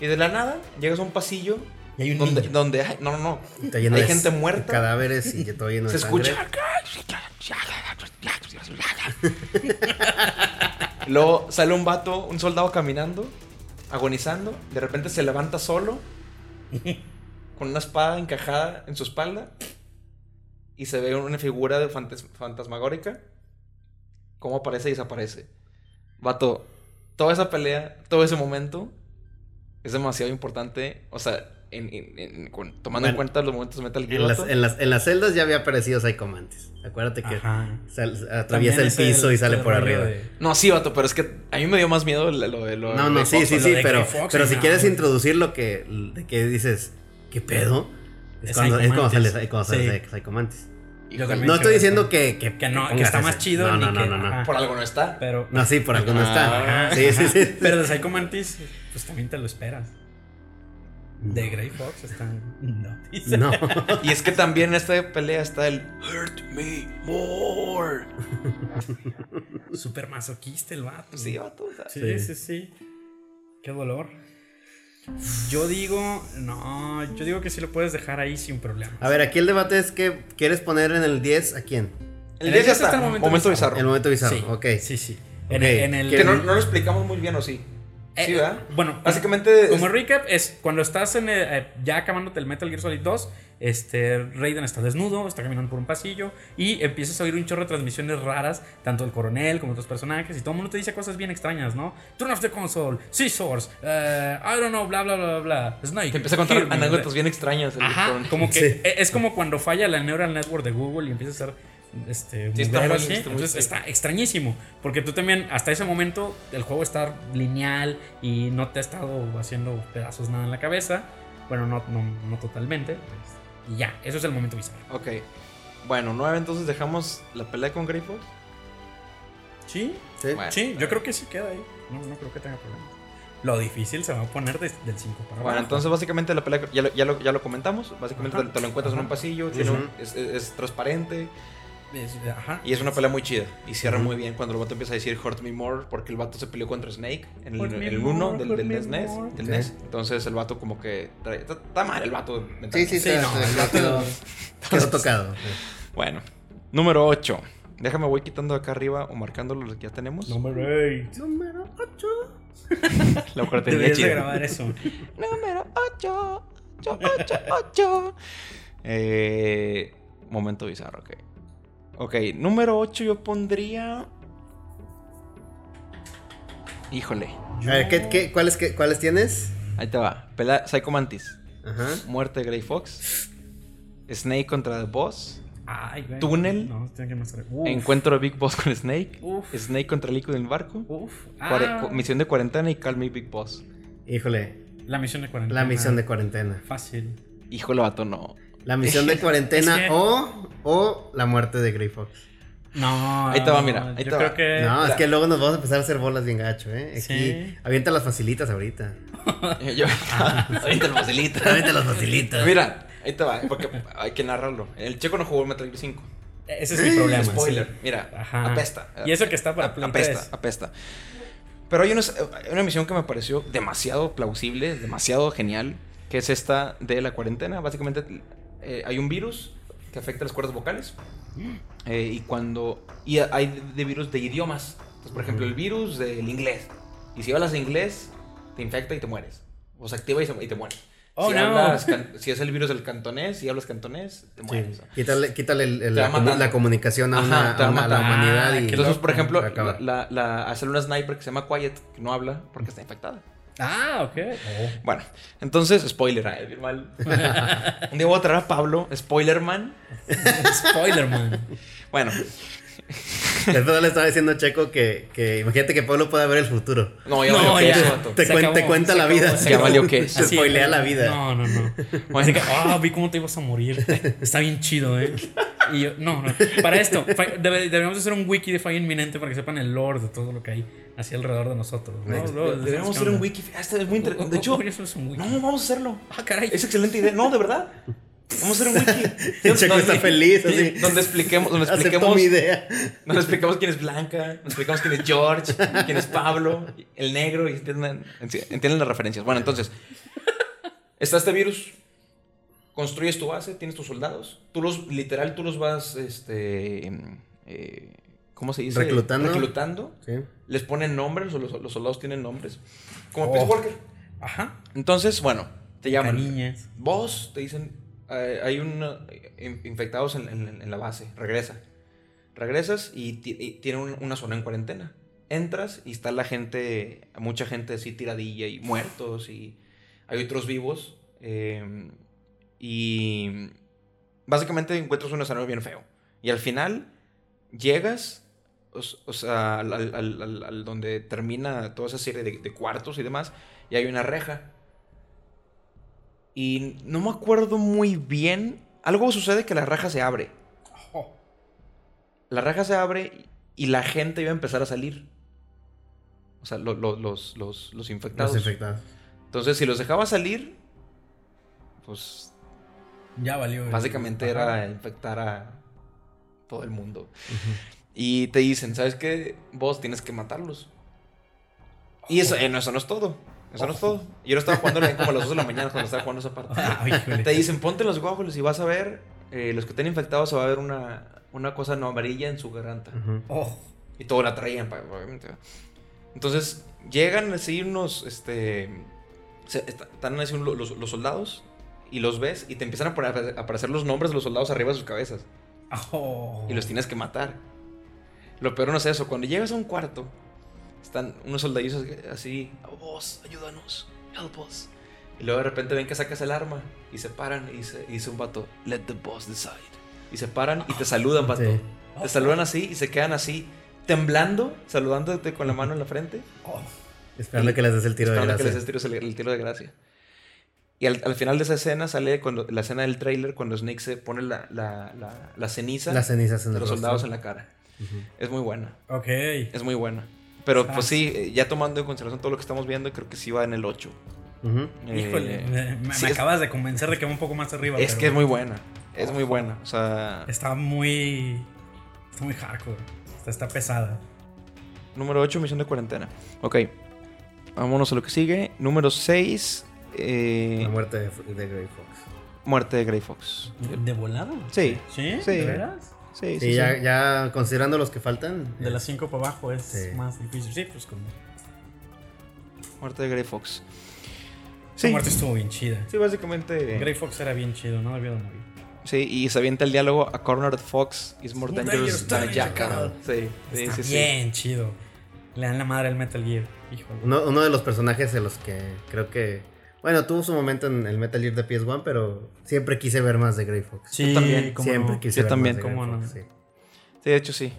S1: Y de la nada, llegas a un pasillo.
S2: Y hay un
S1: donde,
S2: niño.
S1: donde hay- No, no, no.
S3: Está lleno
S1: hay
S3: de
S1: gente
S3: s-
S1: muerta.
S3: Cadáveres y todo lleno
S1: se
S3: de sangre.
S1: escucha. Luego sale un vato, un soldado caminando, agonizando. De repente se levanta solo, con una espada encajada en su espalda. Y se ve una figura de fantas- fantasmagórica. Cómo aparece y desaparece. Vato, toda esa pelea, todo ese momento, es demasiado importante. O sea, en- en- en- con- tomando en
S3: Bueno,
S1: cuenta los momentos de Metal Gear.
S3: En las,
S1: vato.
S3: en, las, en las celdas ya había aparecido Psycho Mantis. Acuérdate que
S2: Ajá.
S3: sal- eh, atraviesa el
S2: También es
S3: piso y sale
S2: el
S3: por
S2: rollo
S3: arriba.
S2: de-
S1: No, sí, vato, pero es que a mí me dio más miedo lo lo de lo
S3: No,
S1: de
S3: no, sí,
S1: Fox,
S3: sí,
S1: vato.
S3: sí,
S2: de
S3: pero,
S2: Grey Fox,
S3: pero si
S2: no.
S3: quieres introducir lo que, de que dices, ¿qué pedo? Es,
S2: Es
S3: cuando,
S2: Psycho
S3: es cuando
S2: Mantis.
S3: sale, cuando sale
S2: Sí.
S3: Psycho Mantis.
S2: Yo
S1: Híjole,
S2: también
S3: No
S2: creo
S3: estoy
S2: que-
S3: diciendo que, que,
S2: Que no, que
S3: pongas
S2: está más
S3: ese.
S2: chido,
S3: No,
S2: ni
S3: no, no,
S2: que-
S3: no, no.
S2: ajá.
S1: Por algo no está.
S2: Pero.
S3: No, sí, por algo no
S1: Ah.
S3: está. Sí, sí, sí.
S2: Pero de Psycho Mantis, pues también te lo esperas. De Grey Fox está. No.
S3: No.
S1: Y es que también en esta pelea está el
S5: Hurt me more.
S2: Super masoquista el vato.
S1: pues Sí, vato. o sea,
S2: Sí, sí,
S3: Sí.
S2: sí. Qué dolor. Yo digo, no, yo digo que sí lo puedes dejar ahí sin problema.
S3: A ver, aquí el debate es que quieres poner en el 10 a quién?
S1: El 10 ya está.
S2: el
S1: Momento,
S2: momento
S1: bizarro.
S3: El momento bizarro.
S2: sí,
S3: ok.
S2: Sí, sí.
S3: Ok.
S2: En, el- en el.
S1: Que no, no lo explicamos muy bien, ¿o sí? sí,
S2: eh,
S1: ¿verdad?
S2: Bueno,
S1: Básicamente.
S2: Como
S1: es-
S2: recap, es cuando estás en el- eh, ya acabándote el Metal Gear Solid 2, este, Raiden está desnudo, está caminando por un pasillo y empiezas a oír un chorro de transmisiones raras, tanto del coronel como de otros personajes, y todo el mundo te dice cosas bien extrañas, ¿no? Turn off the console, scissors, eh, I don't know, bla, bla, bla, bla, Snake.
S1: Te empieza a contar
S2: hear me",
S1: anécdotas bien extrañas. el
S2: eh. Ajá,
S1: cabrón.
S2: como que
S3: Sí.
S2: e- es como cuando falla la neural network de Google y empieza a ser este
S1: Sí, está
S2: mugrero
S1: muy-
S2: así.
S1: está muy
S2: Entonces
S1: feo.
S2: está extrañísimo, porque tú también hasta ese momento el juego está lineal y no te ha estado haciendo pedazos nada en la cabeza, bueno, no no, no totalmente. pues, y ya, eso es el momento bizarro.
S1: Ok. Bueno, 9, entonces dejamos la pelea con Grey Fox.
S2: Ah, Sí,
S3: Sí.
S1: Bueno.
S2: sí, yo creo que sí queda ahí. No, no creo que tenga problemas. Lo difícil se va a poner des- del 5 para
S1: Bueno,
S2: abajo.
S1: entonces básicamente la pelea, ya lo, ya lo, ya lo comentamos, básicamente
S2: Ajá.
S1: te, te lo encuentras en un
S2: Ajá.
S1: pasillo, tiene un-
S3: Ujú.
S1: es, es- es transparente
S2: Es- ajá.
S1: y es una pelea muy chida. Y cierra muy bien cuando el vato empieza a decir Hurt Me More porque el vato se peleó contra Snake en el,
S2: Hurt me
S1: en el 1
S2: more,
S1: del,
S2: hurt
S1: del
S2: me
S1: NES, NES,
S2: more.
S1: del
S3: Ok.
S1: NES. Entonces el vato como que... trae- está, está mal el vato.
S3: Sí, sí,
S1: mentalmente.
S3: sí.
S2: Sí, no, el vato-
S3: quedó, quedó tocado.
S1: Bueno, número 8. Déjame voy quitando acá arriba o marcando los que ya tenemos.
S2: Número 8.
S3: Número 8.
S1: La ocartería
S2: Deberías de
S1: chida.
S2: grabar eso.
S1: Número 8. 8, 8, 8. Eh, momento bizarro, ok. Ok, número 8 yo pondría. Híjole,
S3: A ver, ¿qué, qué, cuáles, qué- ¿cuáles tienes?
S1: ahí te va. Pela Psycho Mantis,
S3: Ajá.
S1: muerte de Grey Fox, Snake contra The Boss,
S2: Ay, güey.
S1: Túnel.
S2: No, tiene que mostrar. Uf.
S1: encuentro de Big Boss con Snake,
S2: Uf.
S1: Snake contra Liquid en el barco,
S2: Uf.
S1: cuare-
S2: Ah,
S1: cu- misión de cuarentena y Call Me Big Boss.
S3: Híjole,
S2: la misión de cuarentena.
S3: la misión de cuarentena.
S2: Fácil.
S1: Híjole, vato, no.
S3: La misión de cuarentena
S2: Es que-
S3: o, o la muerte de Grey Fox.
S2: No.
S1: Ahí te va, mira, ahí
S2: yo
S1: te
S2: creo
S1: va.
S2: que.
S3: No, es
S1: Eh, la-
S3: que luego nos vamos a empezar a hacer bolas bien gacho, ¿eh? Aquí,
S2: Sí.
S3: avienta las facilitas ahorita.
S1: Yo, ahorita lo facilito.
S3: Avienta las facilitas.
S1: Mira, ahí te va, eh, porque hay que narrarlo. El checo no jugó el Metal Gear 5.
S2: Ese es mi problema. Ah, sí.
S1: Spoiler. Mira,
S2: Ajá.
S1: apesta.
S2: Y eso que está para
S1: A-
S2: Play
S1: Apesta,
S2: 3.
S1: apesta. Pero hay una, hay una misión que me pareció demasiado plausible, demasiado genial, que es esta de la cuarentena. Básicamente eh, hay un virus que afecta las cuerdas vocales. eh, y cuando... Y hay de, de virus de idiomas. Entonces, por ejemplo, el virus del inglés. Y si hablas inglés, te infecta y te mueres. O se activa y, se- y te mueres.
S2: Oh,
S1: si,
S2: no.
S1: hablas can- si es el virus del cantonés, si hablas cantonés, te mueres.
S3: Sí, Quítale, quítale el- el-
S1: Te va
S3: la, comu-
S1: matando.
S3: la comunicación a,
S1: Ajá,
S3: una-
S1: te va
S3: a una- a la
S1: matando.
S3: humanidad.
S2: Ah,
S3: y
S2: qué
S1: Entonces, por ejemplo,
S3: para
S1: la,
S3: acabar.
S1: la, la- hacer una sniper que se llama Quiet, que no habla porque está infectada.
S2: Ah, ok.
S1: Bueno, entonces, spoiler, ay, bien mal. Un día voy a traer a Pablo, Spoilerman.
S2: Spoiler, man.
S1: Bueno,
S3: Después le estaba diciendo a Checo que, que imagínate que Pablo puede ver el futuro.
S1: no, ya
S2: No,
S1: valió queso,
S2: ya.
S1: vato.
S3: Te,
S2: Se
S3: cuen-
S2: acabó,
S3: te cuenta
S2: se
S3: la
S2: acabó,
S3: vida.
S2: se
S3: sí.
S1: acabó. Ya valió queso.
S3: Te
S1: Así,
S3: spoilea la vida.
S2: No, no, no. Así que, ah, vi cómo te ibas a morir. Está bien chido, ¿eh? Y yo, no, no. Para esto, fa- debe- deberíamos hacer un wiki de falla inminente para que sepan el lore de todo lo que hay así alrededor de nosotros. ¿no? Luego,
S1: Deberíamos hacer un wiki. Ah, este es muy interesante. De
S2: Oh,
S1: hecho,
S2: oh, eso es un wiki.
S1: no, vamos a hacerlo.
S2: Ah, caray.
S1: Es excelente idea. No, de verdad. Vamos a hacer un wiki.
S3: El Checo está feliz, así.
S1: Donde expliquemos, donde
S3: Acepto
S1: expliquemos,
S3: mi idea.
S1: donde explicamos quién es Blanca, nos explicamos quién es George, quién es Pablo, el negro, y entienden, entienden las referencias. Bueno, entonces, está este virus, construyes tu base, tienes tus soldados, tú los, literal, tú los vas, este, eh, ¿cómo se dice?
S3: Reclutando.
S1: Reclutando.
S3: Sí.
S1: Les ponen nombres, o los, los soldados tienen nombres, como Peace Walker.
S2: Ajá.
S1: Entonces, bueno, te llaman.
S2: Cariñas.
S1: Vos te dicen, eh, hay un eh, in- infectados en, en- en la base, regresa. Regresas y, ti- y tiene un- una zona en cuarentena. Entras y está la gente, mucha gente así tiradilla y muertos y hay otros vivos. eh, y básicamente encuentras un escenario bien feo. Y al final llegas, o, s- o sea, al, al- al- al- al donde termina toda esa serie de, de cuartos y demás, y hay una reja. Y no me acuerdo muy bien. Algo sucede que la reja se abre. La reja se abre y la gente iba a empezar a salir. O sea, lo- lo- los, los- los infectados.
S3: Los infectados.
S1: Entonces, si los dejaba salir, pues
S2: Ya valió. güey.
S1: básicamente
S2: Ajá.
S1: era infectar a todo el mundo. Y te dicen, ¿sabes qué? Vos tienes que matarlos. Y eso, eh, no, eso no es todo. Eso no es todo. Yo lo estaba jugando como a las 2 de la mañana cuando estaba jugando esa parte.
S2: Ay, híjole.
S1: Te dicen, ponte los guajuelos y vas a ver, eh, los que estén infectados se va a ver una, una cosa no amarilla en su garganta.
S3: Ujú.
S2: Oh,
S1: Y todo la traían, pa- obviamente. ¿verdad? Entonces, llegan así unos, este... se- est- están así un- los, los soldados y los ves y te empiezan a poner- a aparecer los nombres de los soldados arriba de sus cabezas.
S2: oh.
S1: Y los tienes que matar. Lo peor no es eso. Cuando llegas a un cuarto, están unos soldadillos así. Vos, ayúdanos. Help us. Y luego de repente ven que sacas el arma. Y se paran. Y dice, y dice un vato, let the boss decide. Y se paran y te saludan, vato.
S3: Sí.
S1: Te saludan así y se quedan así, temblando, saludándote con la mano en la frente.
S2: Oh.
S3: Esperando
S1: Y-
S3: que les des el tiro de
S1: Esperando que
S3: gracia.
S1: les des tiros- el, el tiro de gracia. Y al, al final de esa escena sale cuando, la escena del trailer cuando Snake se pone la, la- la- la ceniza
S3: Las cenizas en
S1: de
S3: el
S1: los
S3: rostro.
S1: soldados en la cara.
S3: Ujú.
S1: Es muy buena.
S2: Ok.
S1: Es muy buena. Pero
S2: Ah.
S1: pues sí, eh, ya tomando en consideración todo lo que estamos viendo, creo que sí va en el 8.
S3: Ujú.
S1: Eh,
S2: Híjole, me, me
S1: sí, es-
S2: acabas de convencer de que va un poco más arriba.
S1: Es
S2: pero
S1: que es muy buena. Es muy buena. O sea,
S2: Está muy. Está muy hardcore. Está, está pesada.
S1: número 8, misión de cuarentena. Ok. Vámonos a lo que sigue. Número 6,
S3: La muerte de, de Grey Fox.
S1: muerte de Grey Fox.
S2: ¿De volada?
S1: Sí.
S2: ¿Sí?
S1: Sí.
S2: ¿De veras?
S1: Sí, sí,
S3: Sí,
S1: sí.
S3: ya, ya considerando los que faltan.
S2: De
S3: eh,
S2: las 5 para abajo es
S3: Sí.
S2: más difícil. Sí, pues como.
S1: Muerte de Grey Fox.
S2: La
S1: Sí.
S2: muerte estuvo bien chida.
S1: Sí, básicamente.
S2: Grey Fox era bien chido, no debió de morir.
S1: Sí, y se avienta el diálogo a Cornered Fox is more
S2: More
S1: dangerous
S2: dangerous
S1: than a
S2: than a
S1: jackal.
S2: jackal.
S1: Sí, sí,
S2: Está
S1: sí, sí.
S2: bien chido. Le dan la madre al Metal Gear. Híjole.
S3: eh, Uno, uno de los personajes de los que creo que. Bueno, tuvo su momento en el Metal Gear de PS1, pero siempre quise ver más de Grey Fox.
S2: Sí,
S1: también,
S2: cómo
S3: siempre
S2: no.
S3: quise
S1: Yo
S3: ver
S1: también.
S3: más de Grey
S2: ¿Cómo no?
S3: Fox, sí.
S1: Sí, de hecho sí.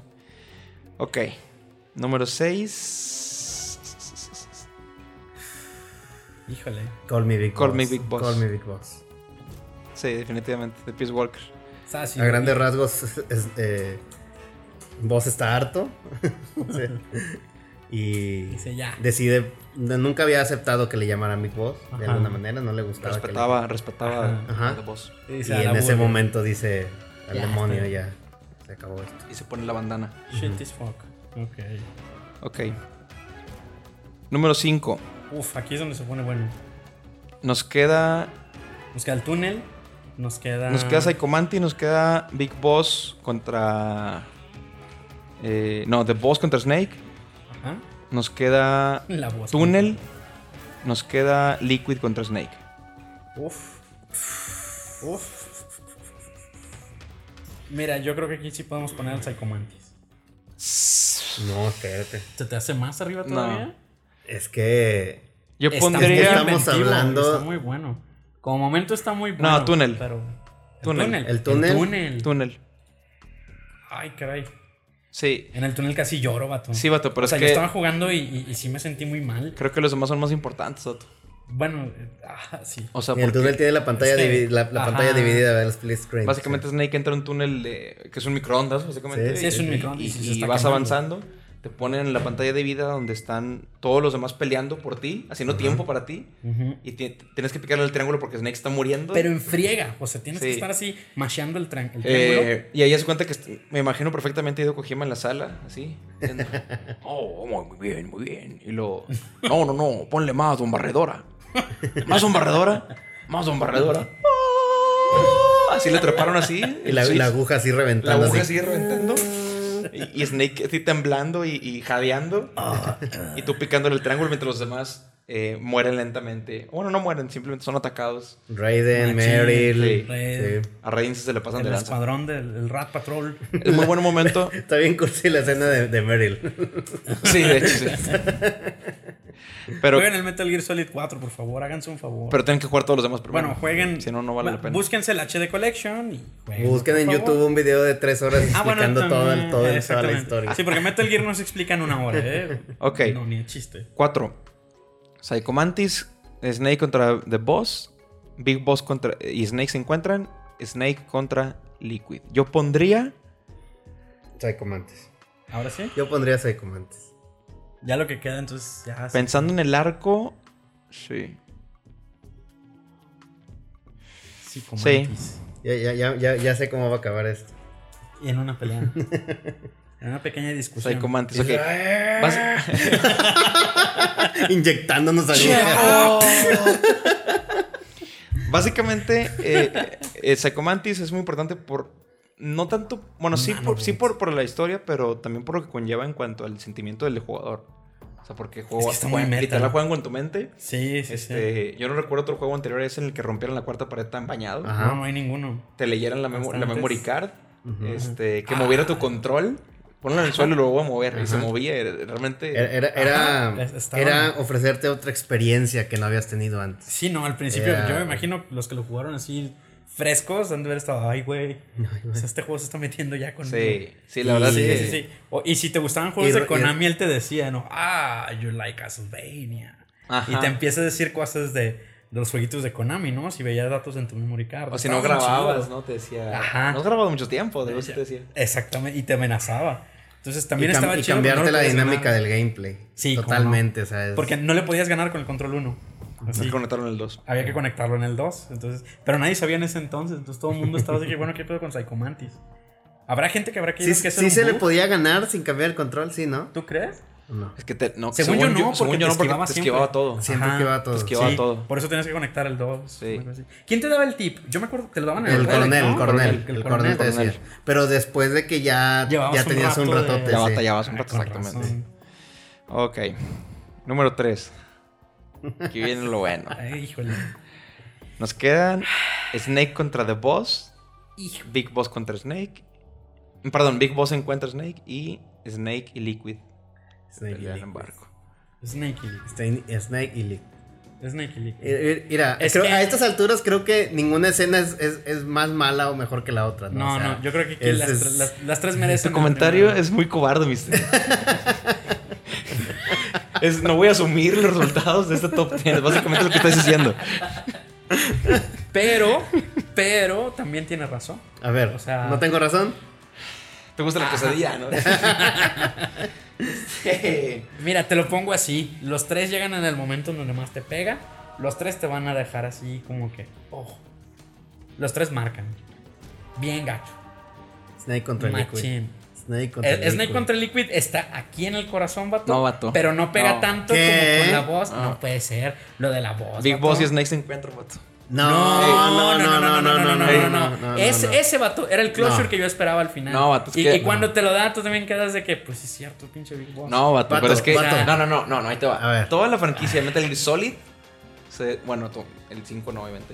S1: Ok. Número 6.
S2: Híjole.
S3: Call me Big
S1: Call
S3: Boss.
S1: me Big Boss.
S3: Call me Big Boss.
S1: Sí, definitivamente. De Peace Walker.
S2: Está así,
S3: A grandes rasgos, es- eh, Boss está harto. Sí. y
S2: Dice ya.
S3: decide. Nunca había aceptado que le llamaran Big Boss de
S2: Ajá.
S3: alguna manera, no le gustaba. que le-
S1: Respetaba, respetaba
S3: Ajá.
S1: la voz.
S2: Dice,
S3: Y
S2: "A
S3: en
S2: la
S3: ese
S2: burger".
S3: momento dice al
S2: Ya,
S3: demonio,
S2: estoy-
S3: ya. Se acabó esto.
S1: Y se pone la bandana.
S2: Shit is fuck. Ok.
S1: Ok. Número 5.
S2: Uf, aquí es donde se pone bueno.
S1: Nos queda.
S2: Nos queda el túnel. Nos queda.
S1: Nos queda Psycho Mantis, nos queda Big Boss contra. eh, no, The Boss contra Snake.
S2: Ajá.
S1: Nos queda
S2: La voz.
S1: Túnel. Nos queda Liquid contra Snake.
S2: Uf. Uf. Mira, yo creo que aquí sí podemos poner al Psycho Mantis.
S3: No, espérate.
S2: ¿Se te hace más arriba
S1: No.
S2: todavía?
S3: Es que.
S1: Yo
S2: Está muy
S1: pondría.
S3: Estamos
S2: inventivo,
S3: hablando-
S2: Está muy bueno. Como momento está muy bueno.
S1: túnel.
S2: Pero...
S1: Túnel.
S3: El túnel.
S2: El túnel.
S1: Túnel.
S2: Ay, caray.
S1: Sí.
S2: En el túnel casi lloro, vato.
S1: Sí, vato, pero
S2: o sea,
S1: es
S2: yo
S1: que-
S2: estaba jugando y, y- y sí me sentí muy mal.
S1: Creo que los demás son más importantes, vato.
S2: Bueno, eh, ah, sí.
S1: O sea,
S3: Y el
S1: porque
S3: túnel tiene la pantalla,
S2: es que-
S3: divi- la, la
S2: ajá.
S3: pantalla dividida, ¿verdad? el split screen.
S1: básicamente
S3: Sí.
S1: Snake entra en un túnel de- que es un microondas, básicamente.
S3: Sí, sí,
S1: y-
S3: es un
S1: y-
S2: microondas y
S1: Y,
S2: se está
S1: y vas
S2: quemando.
S1: avanzando. Te ponen en la pantalla de vida donde están todos los demás peleando por ti, haciendo tiempo para ti.
S2: Ujú.
S1: Y ti- tienes que picarle el triángulo porque Snake está muriendo.
S2: Pero en friega. O sea, tienes que
S1: Sí.
S2: estar así macheando el, tran- el triángulo.
S1: Eh, y ahí hace cuenta que est- me imagino perfectamente a Hideo Kojima en la sala, así. viendo.
S5: Oh, muy bien, muy bien.
S1: Y lo. No, no, no, ponle más, don Barredora. Más don Barredora. Más don Barredora. Ah, Así le treparon así.
S3: Y la,
S1: sí,
S3: la aguja así
S1: la
S3: reventando.
S1: aguja
S3: así.
S1: así reventando.
S3: Ah.
S1: Y, y Snake así temblando y, y jadeando. Y tú picándole el triángulo mientras los demás eh, mueren lentamente. Bueno, no mueren, simplemente son atacados.
S3: Raiden,
S2: Machín,
S3: Meryl.
S2: Raiden.
S3: sí.
S1: A Reigns se le pasan de
S2: El
S1: lanza.
S2: escuadrón del el Rat Patrol.
S1: Es muy buen momento.
S3: Está bien cursi la escena de, de Meryl.
S1: Sí, de hecho, sí. Pero,
S2: Jueguen el Metal Gear Solid 4, por favor, háganse un favor.
S1: pero tienen que jugar todos los demás primero.
S2: bueno, jueguen.
S1: Si no, no vale la pena.
S2: Búsquense el HD Collection y jueguen.
S3: Busquen en
S2: por favor.
S3: YouTube un video de tres horas
S2: Ah, bueno,
S3: explicando todo el-
S2: también,
S3: todo el- toda la
S2: exactamente. Ah,
S3: historia.
S2: Sí, porque Metal Gear no se explica en una hora, ¿eh?
S1: Ok.
S2: No, ni de chiste.
S1: 4. Psycho Mantis, Snake contra The Boss, Big Boss contra y Snake se encuentran, Snake contra Liquid. Yo pondría
S3: Psycho Mantis.
S2: Ahora sí.
S3: Yo pondría Psycho Mantis.
S2: Ya lo que queda, entonces ya. sí.
S1: pensando en el arco, sí.
S2: Sí, como
S1: Sí.
S2: antes.
S3: Ya, ya, ya, ya, ya sé cómo va a acabar esto.
S2: Y en una pelea. en una pequeña discusión.
S1: Psycho Mantis, ok.
S2: Pues,
S1: Vas-
S3: Inyectándonos
S2: ah,
S3: agujas.
S1: ¡Oh! Básicamente, eh, eh, Psycho Mantis es muy importante por. No tanto. Bueno, sí, por, sí por, por la historia, pero también por lo que conlleva en cuanto al sentimiento del jugador. O sea, porque juego,
S2: Es que está muy
S1: juegan-
S2: meta,
S1: literal,
S2: ¿no?
S1: juegan con tu mente.
S2: Sí, sí, sí.
S1: Este, Yo no recuerdo otro juego anterior a ese en el que rompieron la cuarta pared tan bañado.
S3: Ajá.
S2: No, no hay ninguno.
S1: Te leyeran la, memo- la
S2: Ah. Bastantes.
S1: memory card. este, que moviera tu control. Ponlo en el suelo y lo voy a mover. Y se movía. era- Realmente.
S3: Era, era, era,
S2: Ajá, estaban-
S3: era ofrecerte otra experiencia que no habías tenido antes.
S2: Sí, no, al principio
S1: Eh,
S3: Era-
S2: yo me imagino los que lo jugaron así frescos han de haber estado, ay, güey. O sea, este juego se está metiendo ya con.
S1: sí, sí, la verdad
S2: Sí,
S1: es que-
S2: sí, sí. O- y si te gustaban juegos
S3: Y-
S2: de Konami, él te decía, ¿no? Ah, you like Castlevania.
S1: Ajá.
S2: Y te empieza a decir cosas de, de los jueguitos de Konami, ¿no? Si veías datos en tu memory card.
S1: O si no
S2: Estaban
S1: grababas,
S2: chidos.
S1: ¿no? Te decía.
S2: Ajá.
S1: No has grabado mucho tiempo, de sí te decía.
S2: Exactamente, y te amenazaba. Entonces
S3: Y,
S2: también
S3: cam-
S2: estaba
S3: y
S2: chido
S3: cambiarte
S2: porque no
S3: la
S2: le podías
S3: dinámica
S2: ganar.
S3: del gameplay.
S2: Sí, cómo
S3: Totalmente,
S2: no.
S3: ¿sabes?
S2: Porque no le podías ganar con el control 1.
S1: Así conectaron el 2.
S2: Había que conectarlo en el 2. Entonces, pero nadie sabía en ese entonces. Entonces todo el mundo estaba así que, bueno, ¿qué pedo con Psycho Mantis? Habrá gente que habrá que
S3: sí,
S2: que hacer
S3: sí
S2: un
S3: se le
S2: bug?
S3: podía ganar sin cambiar el control, sí, ¿no?
S2: ¿Tú crees?
S3: No.
S1: Es que te, no,
S2: Según yo no,
S1: según
S2: porque
S1: yo no, porque
S2: te esquivaba
S1: te
S2: siempre.
S1: esquivaba todo.
S3: Siempre
S2: Ajá,
S3: que va todo.
S1: pues que va- Llevaba
S2: Sí,
S1: todo.
S2: Por eso tenías que conectar el 2.
S1: Sí.
S2: ¿Quién te daba el tip? Yo me acuerdo que te lo daban en
S3: El
S2: Reddit,
S3: coronel,
S2: ¿no?
S3: el coronel,
S2: El
S3: el coronel te
S1: coronel.
S3: decía. Pero después de que ya,
S2: Llevabas
S3: ya
S2: un
S3: tenías un
S2: rato de-
S3: ratote.
S1: Ya
S3: sí.
S1: batallabas un
S2: Ah,
S1: rato,
S2: con
S1: exactamente.
S2: razón.
S1: Ok. Número 3. Aquí viene lo bueno.
S2: Ay, híjole.
S1: Nos quedan Snake contra The Boss. Big Boss contra Snake. Perdón, Big Boss encuentra a Snake y Snake y Liquid
S3: Snake y
S1: pelean en
S3: Lick.
S1: barco.
S2: Snake y
S3: Stein- Este, Snake y Lick.
S2: Snake y Lick.
S3: Eh, eh, Mira,
S2: Es
S3: creo-
S2: que-
S3: a estas alturas creo que ninguna escena es, es- es más mala o mejor que la otra. No,
S2: No,
S3: O sea,
S2: no, yo creo que aquí
S3: es-
S2: las,
S3: es-
S2: tres- las- las tres merecen.
S1: Tu
S2: el
S1: Este comentario
S2: primero.
S1: es muy cobarde, mister. Es, no voy a asumir los resultados de este top 10. Es Básicamente lo que estás diciendo.
S2: Pero, pero también tiene razón.
S3: A ver,
S2: o sea-
S3: no tengo razón.
S1: Te gusta la pesadilla, ¿no? Sí.
S2: Mira, te lo pongo así. Los tres llegan en el momento en donde más te pega. Los tres te van a dejar así como que. Ojo. Los tres marcan. Bien gacho.
S3: Snake contra Liquid.
S2: Machín.
S3: Snake contra
S2: Eh, Snake
S3: Liquid.
S2: contra Liquid está aquí en el corazón, vato.
S1: No, vato.
S2: Pero no pega
S1: No.
S2: tanto
S3: ¿Qué?
S2: como con la voz. No puede ser. Lo de la voz.
S1: Big
S2: vato.
S1: Boss y Snake se encuentran, vato.
S3: No,
S2: No,
S3: no, no, no, no, no, no, no, no.
S2: Ese,
S3: no.
S2: ese vato era el closure
S3: No.
S2: que yo esperaba al final.
S1: No, vato, es
S2: y,
S1: que-
S2: y cuando te lo dan, tú también quedas de que, pues sí es cierto, pinche Big Boss.
S1: No, vato,
S3: Vato,
S1: pero es que.
S3: vato.
S1: No, no, no, no, no, ahí te va.
S3: A ver.
S1: Toda la franquicia de Metal Gear Solid. se- bueno, to- el 5 no, obviamente.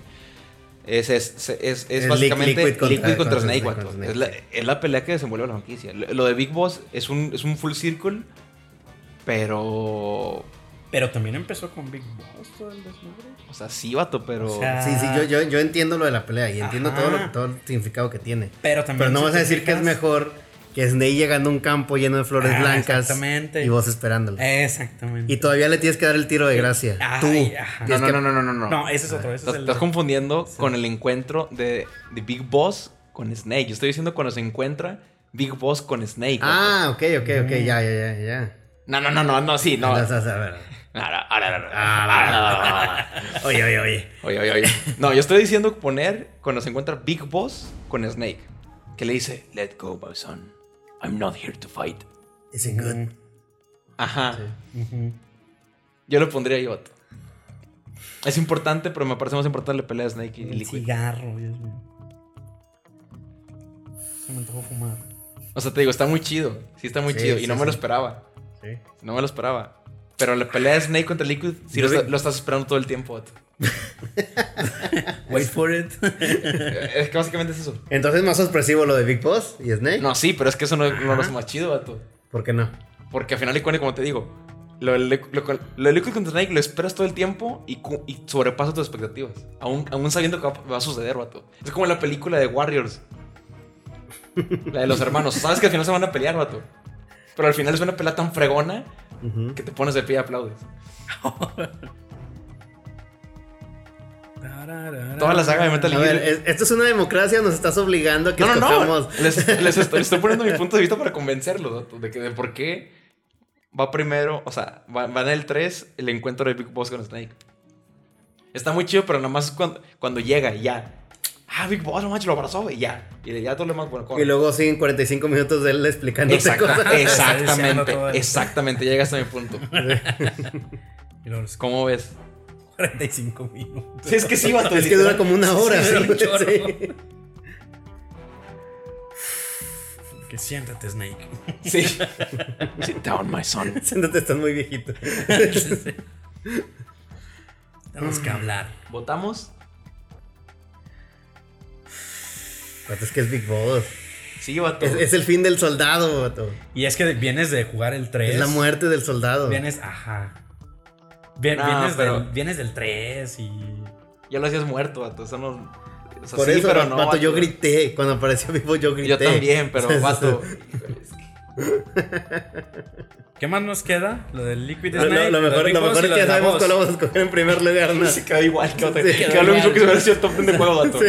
S1: Es, es, se- es, es
S3: Es
S1: básicamente
S3: Liquid
S1: Liquid contra,
S3: contra- contra
S1: Snake,
S3: Snake,
S1: vato.
S3: contra
S1: Es la,
S3: Snake,
S1: es la pelea que desenvuelve la franquicia. Lo, lo de Big Boss es un, es un full circle, pero. O
S2: Pero también empezó con Big Boss todo el desmadre.
S1: sea, sí, vato, pero.
S2: O sea,
S3: Sí, sí, yo, yo, yo entiendo lo de la pelea y entiendo todo, lo,
S2: Ajá.
S3: todo el significado que tiene.
S2: Pero también
S3: Pero no
S2: si
S3: vas a
S2: te
S3: decir que es
S2: fijas-
S3: mejor que Snake llegando a un campo lleno de flores
S2: Ah,
S3: blancas
S2: exactamente.
S3: y vos esperándolo.
S2: Exactamente.
S3: Y todavía le tienes que dar el tiro de gracia.
S2: Ay,
S3: Tú.
S2: ajá.
S1: No,
S3: Tienes
S1: no,
S3: que-
S1: no, no, no, no, no.
S2: No, ese es otro. Ese
S1: Estás,
S2: es el...
S1: estás confundiendo con el encuentro de, de Big Boss con Snake. Yo estoy diciendo cuando se encuentra Big Boss con Snake. vato.
S3: Ah, ok, ok, ok,
S2: Mm.
S3: ya, ya, ya, ya.
S1: No, no, no, no, no, sí, no.
S3: O sea, o sea, a ver.
S1: Ahora, ahora, ahora, ahora.
S3: Ah, Oye, oye, oye.
S1: Oye, oye, oye. No, yo estoy diciendo poner cuando se encuentra Big Boss con Snake. Que le dice,
S5: Let go, my son. I'm not here to fight.
S3: Is it
S2: Mm.
S3: good?
S1: ajá. Yo lo pondría ahí, vato. Es importante, pero me parece más importante la pelea de Snake y
S2: El
S1: Liquid.
S2: cigarro, Dios mío. Se me antojó fumar.
S1: O sea, te digo, está muy chido. Sí, está muy
S3: Sí,
S1: chido. Y
S3: sí,
S1: no me lo
S3: sí.
S1: esperaba.
S3: Sí.
S1: No me lo esperaba. Pero la pelea de Snake contra Liquid, si lo,
S2: Yo vi-
S1: está- lo estás esperando todo el tiempo. vato.
S2: Wait for it.
S1: Eh, Es que básicamente es eso.
S3: Entonces más sorpresivo lo de Big Boss y Snake.
S1: No, sí, pero es que eso no, no lo hace más chido, vato.
S3: ¿Por qué no?
S1: Porque al final de cuentas, como te digo, lo, de Liqu- lo, lo de Liquid contra Snake lo esperas todo el tiempo y, cu- y sobrepasa tus expectativas. Aún, aún sabiendo que va, va a suceder, vato. Es como la película de Warriors. La de los hermanos. Sabes que al final se van a pelear, vato. Pero al final es una pelea tan fregona que te pones de pie y aplaudes. Toda la saga de Metal
S3: A
S1: Gear.
S3: ver, es- esto es una democracia, nos estás obligando a que
S1: no, no, no.
S3: escojamos-
S1: Les, les estoy, estoy poniendo mi punto de vista para convencerlos vato, de, que, de por qué va primero, o sea, va, va en el 3 el encuentro de Big Boss con Snake. Está muy chido, pero nada más cuando, cuando llega y ya. Ah, Big Boss, no manches, lo abrazó y ya. Y de ya todo lo demás, bueno, corre.
S3: Y luego siguen 45 minutos de él explicándote
S1: Exacta-
S3: cosas.
S2: Diciendo
S1: exactamente,
S2: todo eso.
S1: exactamente, llegas a mi punto.
S2: Y luego los
S1: ¿Cómo ves?
S2: 45 minutos.
S1: Sí, es que sí, vato.
S3: Es que dura como una hora.
S2: Sí, dura un
S3: Sí.
S2: chorro. Que siéntate, Snake.
S1: Sí.
S5: Sit down, my son.
S3: Siéntate, estás muy viejito.
S2: Tenemos
S3: Mm.
S2: que hablar.
S1: ¿Votamos?
S3: Vato, es que es Big Boss.
S1: Sí, vato.
S3: Es, es el fin del soldado, vato.
S2: Y es que vienes de jugar el 3.
S3: Es la muerte del soldado.
S2: Vienes, ajá. Vie-
S1: No,
S2: vienes,
S1: pero-
S2: del, vienes del 3 y.
S1: Ya lo hacías muerto, vato. Eso no. o sea,
S3: Por
S1: sí,
S3: eso,
S1: pero no,
S3: vato, yo
S1: vato.
S3: grité. Cuando apareció Big Boss, yo grité.
S1: Yo también, pero vato.
S2: ¿Qué más nos queda? Lo del Liquid
S3: Lo,
S2: Snake.
S3: lo- lo
S2: del
S3: mejor,
S2: Big
S3: lo
S2: Boss
S3: mejor
S2: y
S3: es
S2: lo
S3: que
S2: de
S3: ya
S2: la
S3: sabemos
S2: voz.
S3: cuál vamos a escoger en primer lugar, ¿no?
S1: Se quedó igual que otra.
S3: Sí,
S1: que
S3: quedó
S1: lo
S2: igual.
S1: mismo que se hubiera sido el top 10 de juego, vato.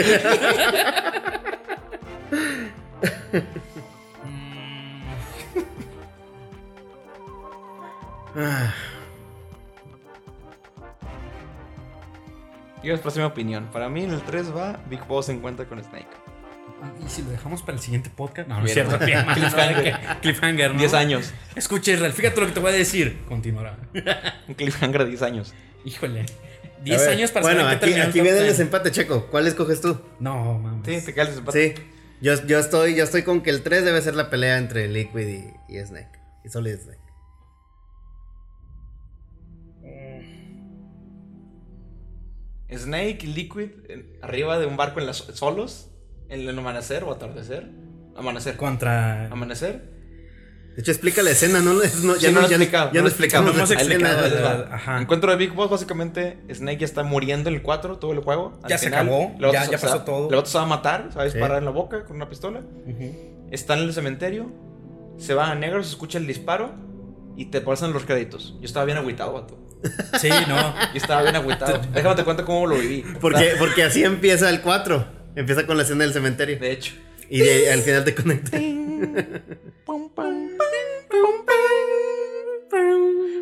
S1: Yo expresé mi opinión. Para mí en el 3 va Big Boss se encuentra con Snake.
S2: Mm, ¿Y si lo dejamos para el siguiente podcast? No, no es
S1: Bien.
S2: cierto. bien, mal,
S1: Cliffhanger.
S2: que- Cliffhanger, ¿no?
S1: 10 años.
S2: Escucha, Israel, fíjate lo que te voy a decir. Continuará.
S1: Un cliffhanger de 10 años.
S2: Híjole.
S3: A
S2: 10
S3: ver,
S2: años para
S3: Bueno,
S2: saber qué
S3: aquí,
S2: terminó el
S3: aquí
S2: top
S3: viene el
S2: 10.
S3: desempate, Checo. ¿Cuál escoges tú?
S2: No, mames.
S1: Sí, te quedas desempate.
S3: Sí. Yo, yo, estoy, yo estoy con que el 3 debe ser la pelea entre Liquid y, y Snake. Y solo y Snake.
S1: Snake y Liquid eh, arriba de un barco en las solos. En el amanecer o atardecer. Amanecer.
S2: Contra.
S1: Amanecer.
S3: De hecho, explica la escena, ¿no? Es- no- ya
S1: Sí,
S3: no,
S1: lo he
S3: ya,
S1: explicado,
S3: ya
S1: no
S3: no
S1: lo he
S3: explicamos
S2: explicado, no
S3: la
S2: hemos explicado,
S3: escena.
S1: Ahí les va.
S2: Ajá.
S1: Encuentro de Big Boss, básicamente, Snake ya está muriendo en el 4, todo el juego. Al
S2: Ya se
S1: final,
S2: acabó,
S1: el vato
S2: ya-
S1: se-
S2: ya
S1: se va-
S2: pasó todo.
S1: El vato se va a matar, se va a disparar
S3: Sí.
S1: en la boca con una pistola.
S2: Ujú.
S1: Está en el cementerio, se va a negro, se escucha el disparo y te pasan los créditos. Yo estaba bien agüitado, vato.
S2: Sí, no.
S1: Yo estaba bien agüitado. Déjame te cuento cómo lo viví.
S3: Porque, porque así empieza el 4. Empieza con la escena del cementerio.
S1: De hecho.
S3: Y de- al final te conecta.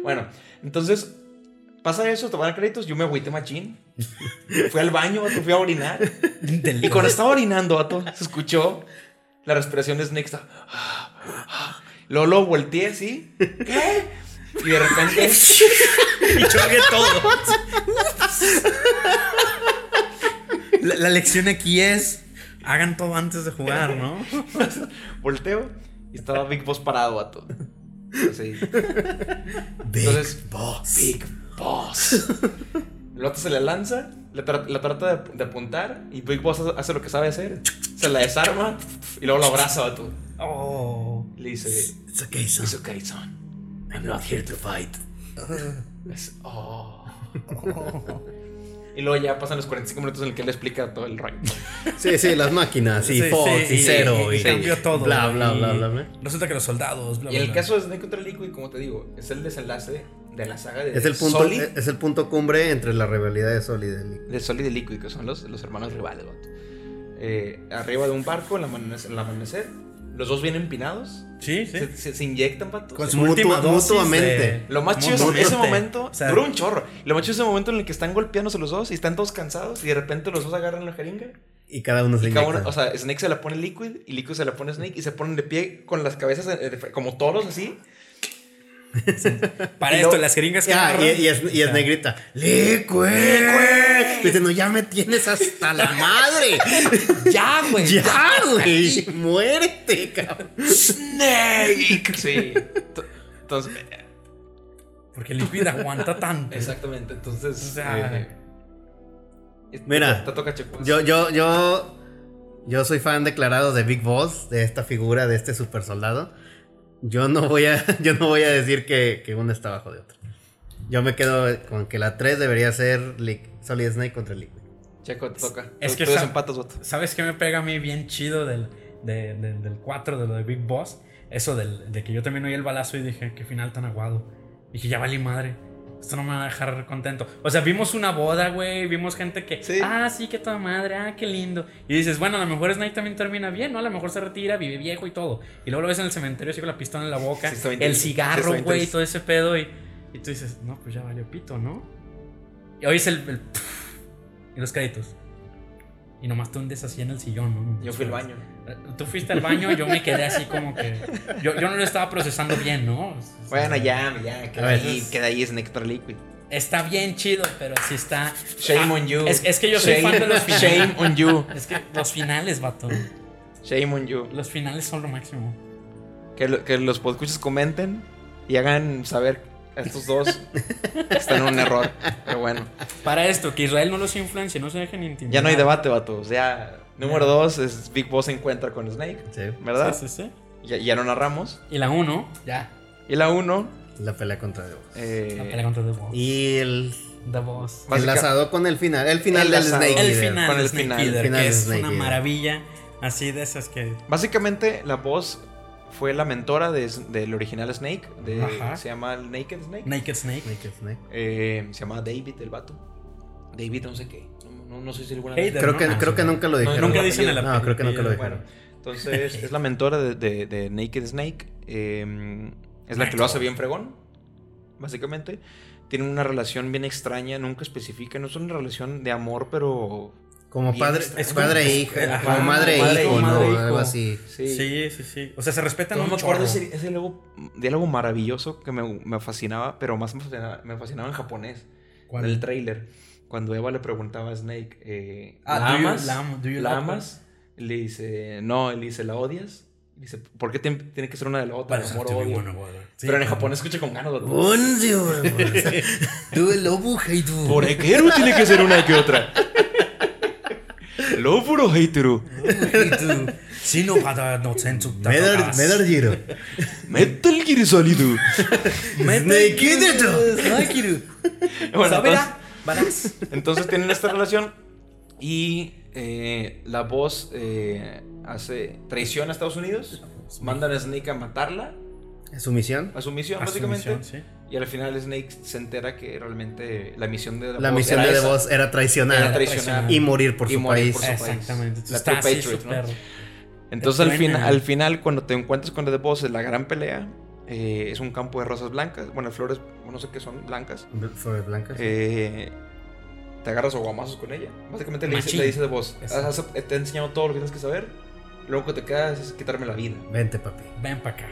S1: Bueno, entonces pasa eso, te van a créditos, yo me agüité machín. Fui al baño, vato, fui a orinar.
S2: Del-
S1: Y cuando estaba orinando, vato, se escuchó la respiración de Snake. estaba- Luego lo volteé así. ¿Qué? Y de repente.
S2: Y choqué todo. La, la lección aquí es: hagan todo antes de jugar, ¿no?
S1: Volteo y estaba Big Boss parado, vato. Así. Entonces,
S3: Boss.
S1: Big Boss. El vato se le lanza, le tra- la trata de, de apuntar y Big Boss hace- hace lo que sabe hacer. Se la desarma y luego la abraza, vato.
S2: Oh.
S1: Le dice,
S3: It's okay, son.
S1: It's okay, son.
S5: I'm not here to fight.
S1: Es- oh. Y luego ya pasan los 45 minutos en el que él le explica todo el rollo.
S3: Sí, sí, las máquinas. Y
S2: Sí,
S3: Fox,
S2: sí,
S3: y Zero.
S2: y,
S3: Y,
S2: cambió todo.
S3: Bla, bla,
S2: y
S3: bla, bla, bla.
S2: Resulta que los soldados, bla,
S1: Y
S2: bla.
S1: en el
S2: bla.
S1: caso de Snake contra Liquid, como te digo, es el desenlace de la saga de
S3: Es el, punto, eh.
S1: Sol y-
S3: es el punto cumbre entre la rivalidad de Sol y de Liquid.
S1: de Sol y de Liquid, que son los, los hermanos rivales, vato. Eh, arriba de un barco, al amanecer, al amanecer, los dos vienen empinados,
S2: Sí, sí.
S1: se, se- se inyectan, vato.
S2: Con
S1: Se-
S2: su última
S3: Mutua-
S2: dosis
S3: mutuamente.
S2: de-
S1: Lo más chido es
S2: mutuamente.
S1: ese momento,
S2: O sea,
S1: dura un chorro. Lo más chido es ese momento en el que están golpeándose los dos y están todos cansados y de repente los dos agarran la jeringa.
S3: Y cada uno se
S1: Y cada
S3: inyecta.
S1: uno- o sea, Snake se la pone Liquid y Liquid se la pone Snake y se ponen de pie con las cabezas eh, de- como toros así.
S2: Para
S1: y
S2: esto,
S1: lo-
S2: las jeringas que
S3: Ya,
S2: agarran-
S3: Ah, y, y es, y es negrita. ¡Liquid! Dice, no, ya me tienes hasta la madre.
S1: ¡Ya, güey!
S3: ya, güey. Muérete, cabrón.
S1: ¡Snake! Sí. T- Entonces,
S2: Porque Liquid aguanta tanto.
S1: Exactamente, entonces.
S2: O sea,
S1: eh,
S3: Mira,
S1: te, te toca Checo.
S3: Yo, yo, yo, yo soy fan declarado de Big Boss, de esta figura, de este super soldado. Yo no voy a, yo no voy a decir que, que uno está abajo de otro. Yo me quedo con que la 3 debería ser Lick- Solid Snake contra Liquid.
S1: Checo, te toca.
S2: Es
S1: Tú-
S2: que
S1: tú
S2: esa-
S1: desempatas, vato.
S2: ¿Sabes qué me pega a mí bien chido del, de- de- del 4, de lo de Big Boss? Eso del, de que yo también oí el balazo y dije, qué final tan aguado. Dije, ya valí madre. Esto no me va a dejar contento. O sea, vimos una boda, güey. Vimos gente que.
S1: Sí.
S2: Ah, sí, qué toda madre. Ah, qué lindo. Y dices, bueno, a lo mejor Snake también termina bien, ¿no? A lo mejor se retira, vive viejo y todo. Y luego lo ves en el cementerio así con la pistola en la boca.
S1: Sí, está bien
S2: el
S1: triste. Sí, está
S2: cigarro,
S1: bien
S2: güey,
S1: triste.
S2: todo ese pedo. Y, y tú dices, no, pues ya valió pito, ¿no? Y oyes el- el y los créditos. Y nomás te hundes así en el sillón, ¿no?
S1: Yo fui al baño.
S2: Eh, Tú fuiste al baño, yo me quedé así como que. Yo, yo no lo estaba procesando bien, ¿no?
S1: Bueno, ya, ya, queda
S3: A ver.
S1: ahí, queda ahí Snake para Liquid.
S2: Está bien chido, pero sí está.
S1: Shame
S2: Ah,
S1: on you.
S2: Es, es que yo soy
S1: Shame-
S2: fan de los finales.
S1: Shame on you.
S2: Es que los finales, vato.
S1: Shame on you.
S2: Los finales son lo máximo.
S1: Que, lo- que los podcuchos comenten y hagan saber a estos dos que están en un error. Pero bueno,
S2: Para esto, que Israel no los influencie, no se dejen intimidar.
S1: ya no hay debate, vato. O sea, número dos es Big Boss se encuentra con Snake,
S3: Sí,
S1: ¿verdad?
S2: Sí, sí, sí.
S1: Ya, ya lo narramos.
S2: Y la 1, ya.
S1: Y la uno,
S3: la pelea contra The Boss.
S1: eh,
S2: La pelea contra The Boss.
S3: Y el
S2: The Boss.
S1: Básica-
S3: enlazado con el final, el final del
S1: Enlazado.
S3: Snake.
S2: El
S3: Eater.
S2: final,
S1: con
S2: de
S1: el
S2: Snake
S1: final,
S2: Eater,
S3: el final
S2: que
S3: de
S2: es
S3: Snake
S2: una
S3: Eater.
S2: maravilla. Así de esas que.
S1: básicamente la voz fue la mentora de- del original Snake. de-
S2: Ajá.
S1: se llama el Naked Snake.
S2: Naked Snake.
S3: Naked Snake.
S1: Eh, se llama David, el vato. David, no sé qué. No, no- no sé si alguna vez.
S2: Hader,
S3: Creo
S2: ¿no?
S3: que,
S2: Ah,
S3: creo
S2: sí.
S3: que nunca lo
S1: No,
S3: dijeron.
S2: Nunca dicen el
S3: No, creo que nunca lo
S2: apellido.
S1: Bueno,
S3: dijeron.
S1: entonces es la mentora de, de- de Naked Snake. eh, es la que lo hace bien fregón, básicamente. Tienen una relación bien extraña, nunca especifica. No es una relación de amor, pero.
S3: Como
S1: Bien
S3: padre,
S1: extraño.
S3: es padre e hija,
S2: Ajá,
S3: como madre
S1: madre
S3: e
S1: e
S3: hijo,
S1: hijo.
S3: ¿no?
S2: Madre e hijo.
S3: Algo así.
S1: Sí.
S2: Sí, sí, sí. O sea, se respetan
S1: No
S2: un
S1: me acuerdo
S2: chorro.
S1: ese, ese diálogo, diálogo maravilloso que me, me fascinaba, pero más me fascinaba, me fascinaba en japonés, en el tráiler. Cuando Eva le preguntaba a Snake, eh,
S2: Ah,
S1: ¿la
S2: do you-
S1: amas?
S2: la amo- do you
S1: ¿La
S2: love
S1: amas? Le dice, no, él dice, ¿la odias? Le dice, ¿por qué tien- tiene que ser una de la otra?
S2: Para
S1: amor,
S2: ser
S1: odio?"
S2: bueno, bueno. Sí.
S1: pero en japonés escucha con ganas. doctor.
S3: Onzio, güey. Tú el lobo, Heidu.
S1: Por Ekeru tiene que ser una que otra. Lo puro hateru.
S2: Sí, no, para no sensu-
S3: Medar, Medar Giro.
S1: Metal Gear Solidu.
S3: Snake Eater.
S1: Bueno, entonces,
S2: Sabera, balas.
S1: entonces tienen esta relación y eh, la voz eh, hace traición a Estados Unidos. Mandan a Snake a matarla
S3: Su misión.
S1: a su misión,
S2: A su
S1: básicamente.
S2: misión, sí.
S1: Y al final Snake se entera que realmente la misión de
S3: La
S1: Voz
S3: misión
S1: era
S3: de The
S1: esa,
S3: Boss era
S1: Era
S3: traicionar
S1: traicionar.
S3: y morir por
S1: Y
S3: su
S1: morir
S3: país.
S1: por su-
S2: Exactamente.
S1: La
S2: Está
S1: True
S2: así
S1: Patriot,
S2: súper.
S1: Entonces al, fin-
S2: Truena.
S1: al final, cuando te encuentras con The Boss, es la gran pelea. eh, es un campo de rosas blancas. Bueno, flores, no sé qué son, blancas.
S3: Flores blancas.
S1: Eh, te agarras a guamazos con ella. Básicamente le dice,
S2: Machín.
S1: le dice The Boss, "Has-
S2: Exacto.
S1: has- te he enseñado todo lo que tienes que saber. Lo único que te queda es quitarme la vida.
S3: Vente, papi.
S2: Ven para acá.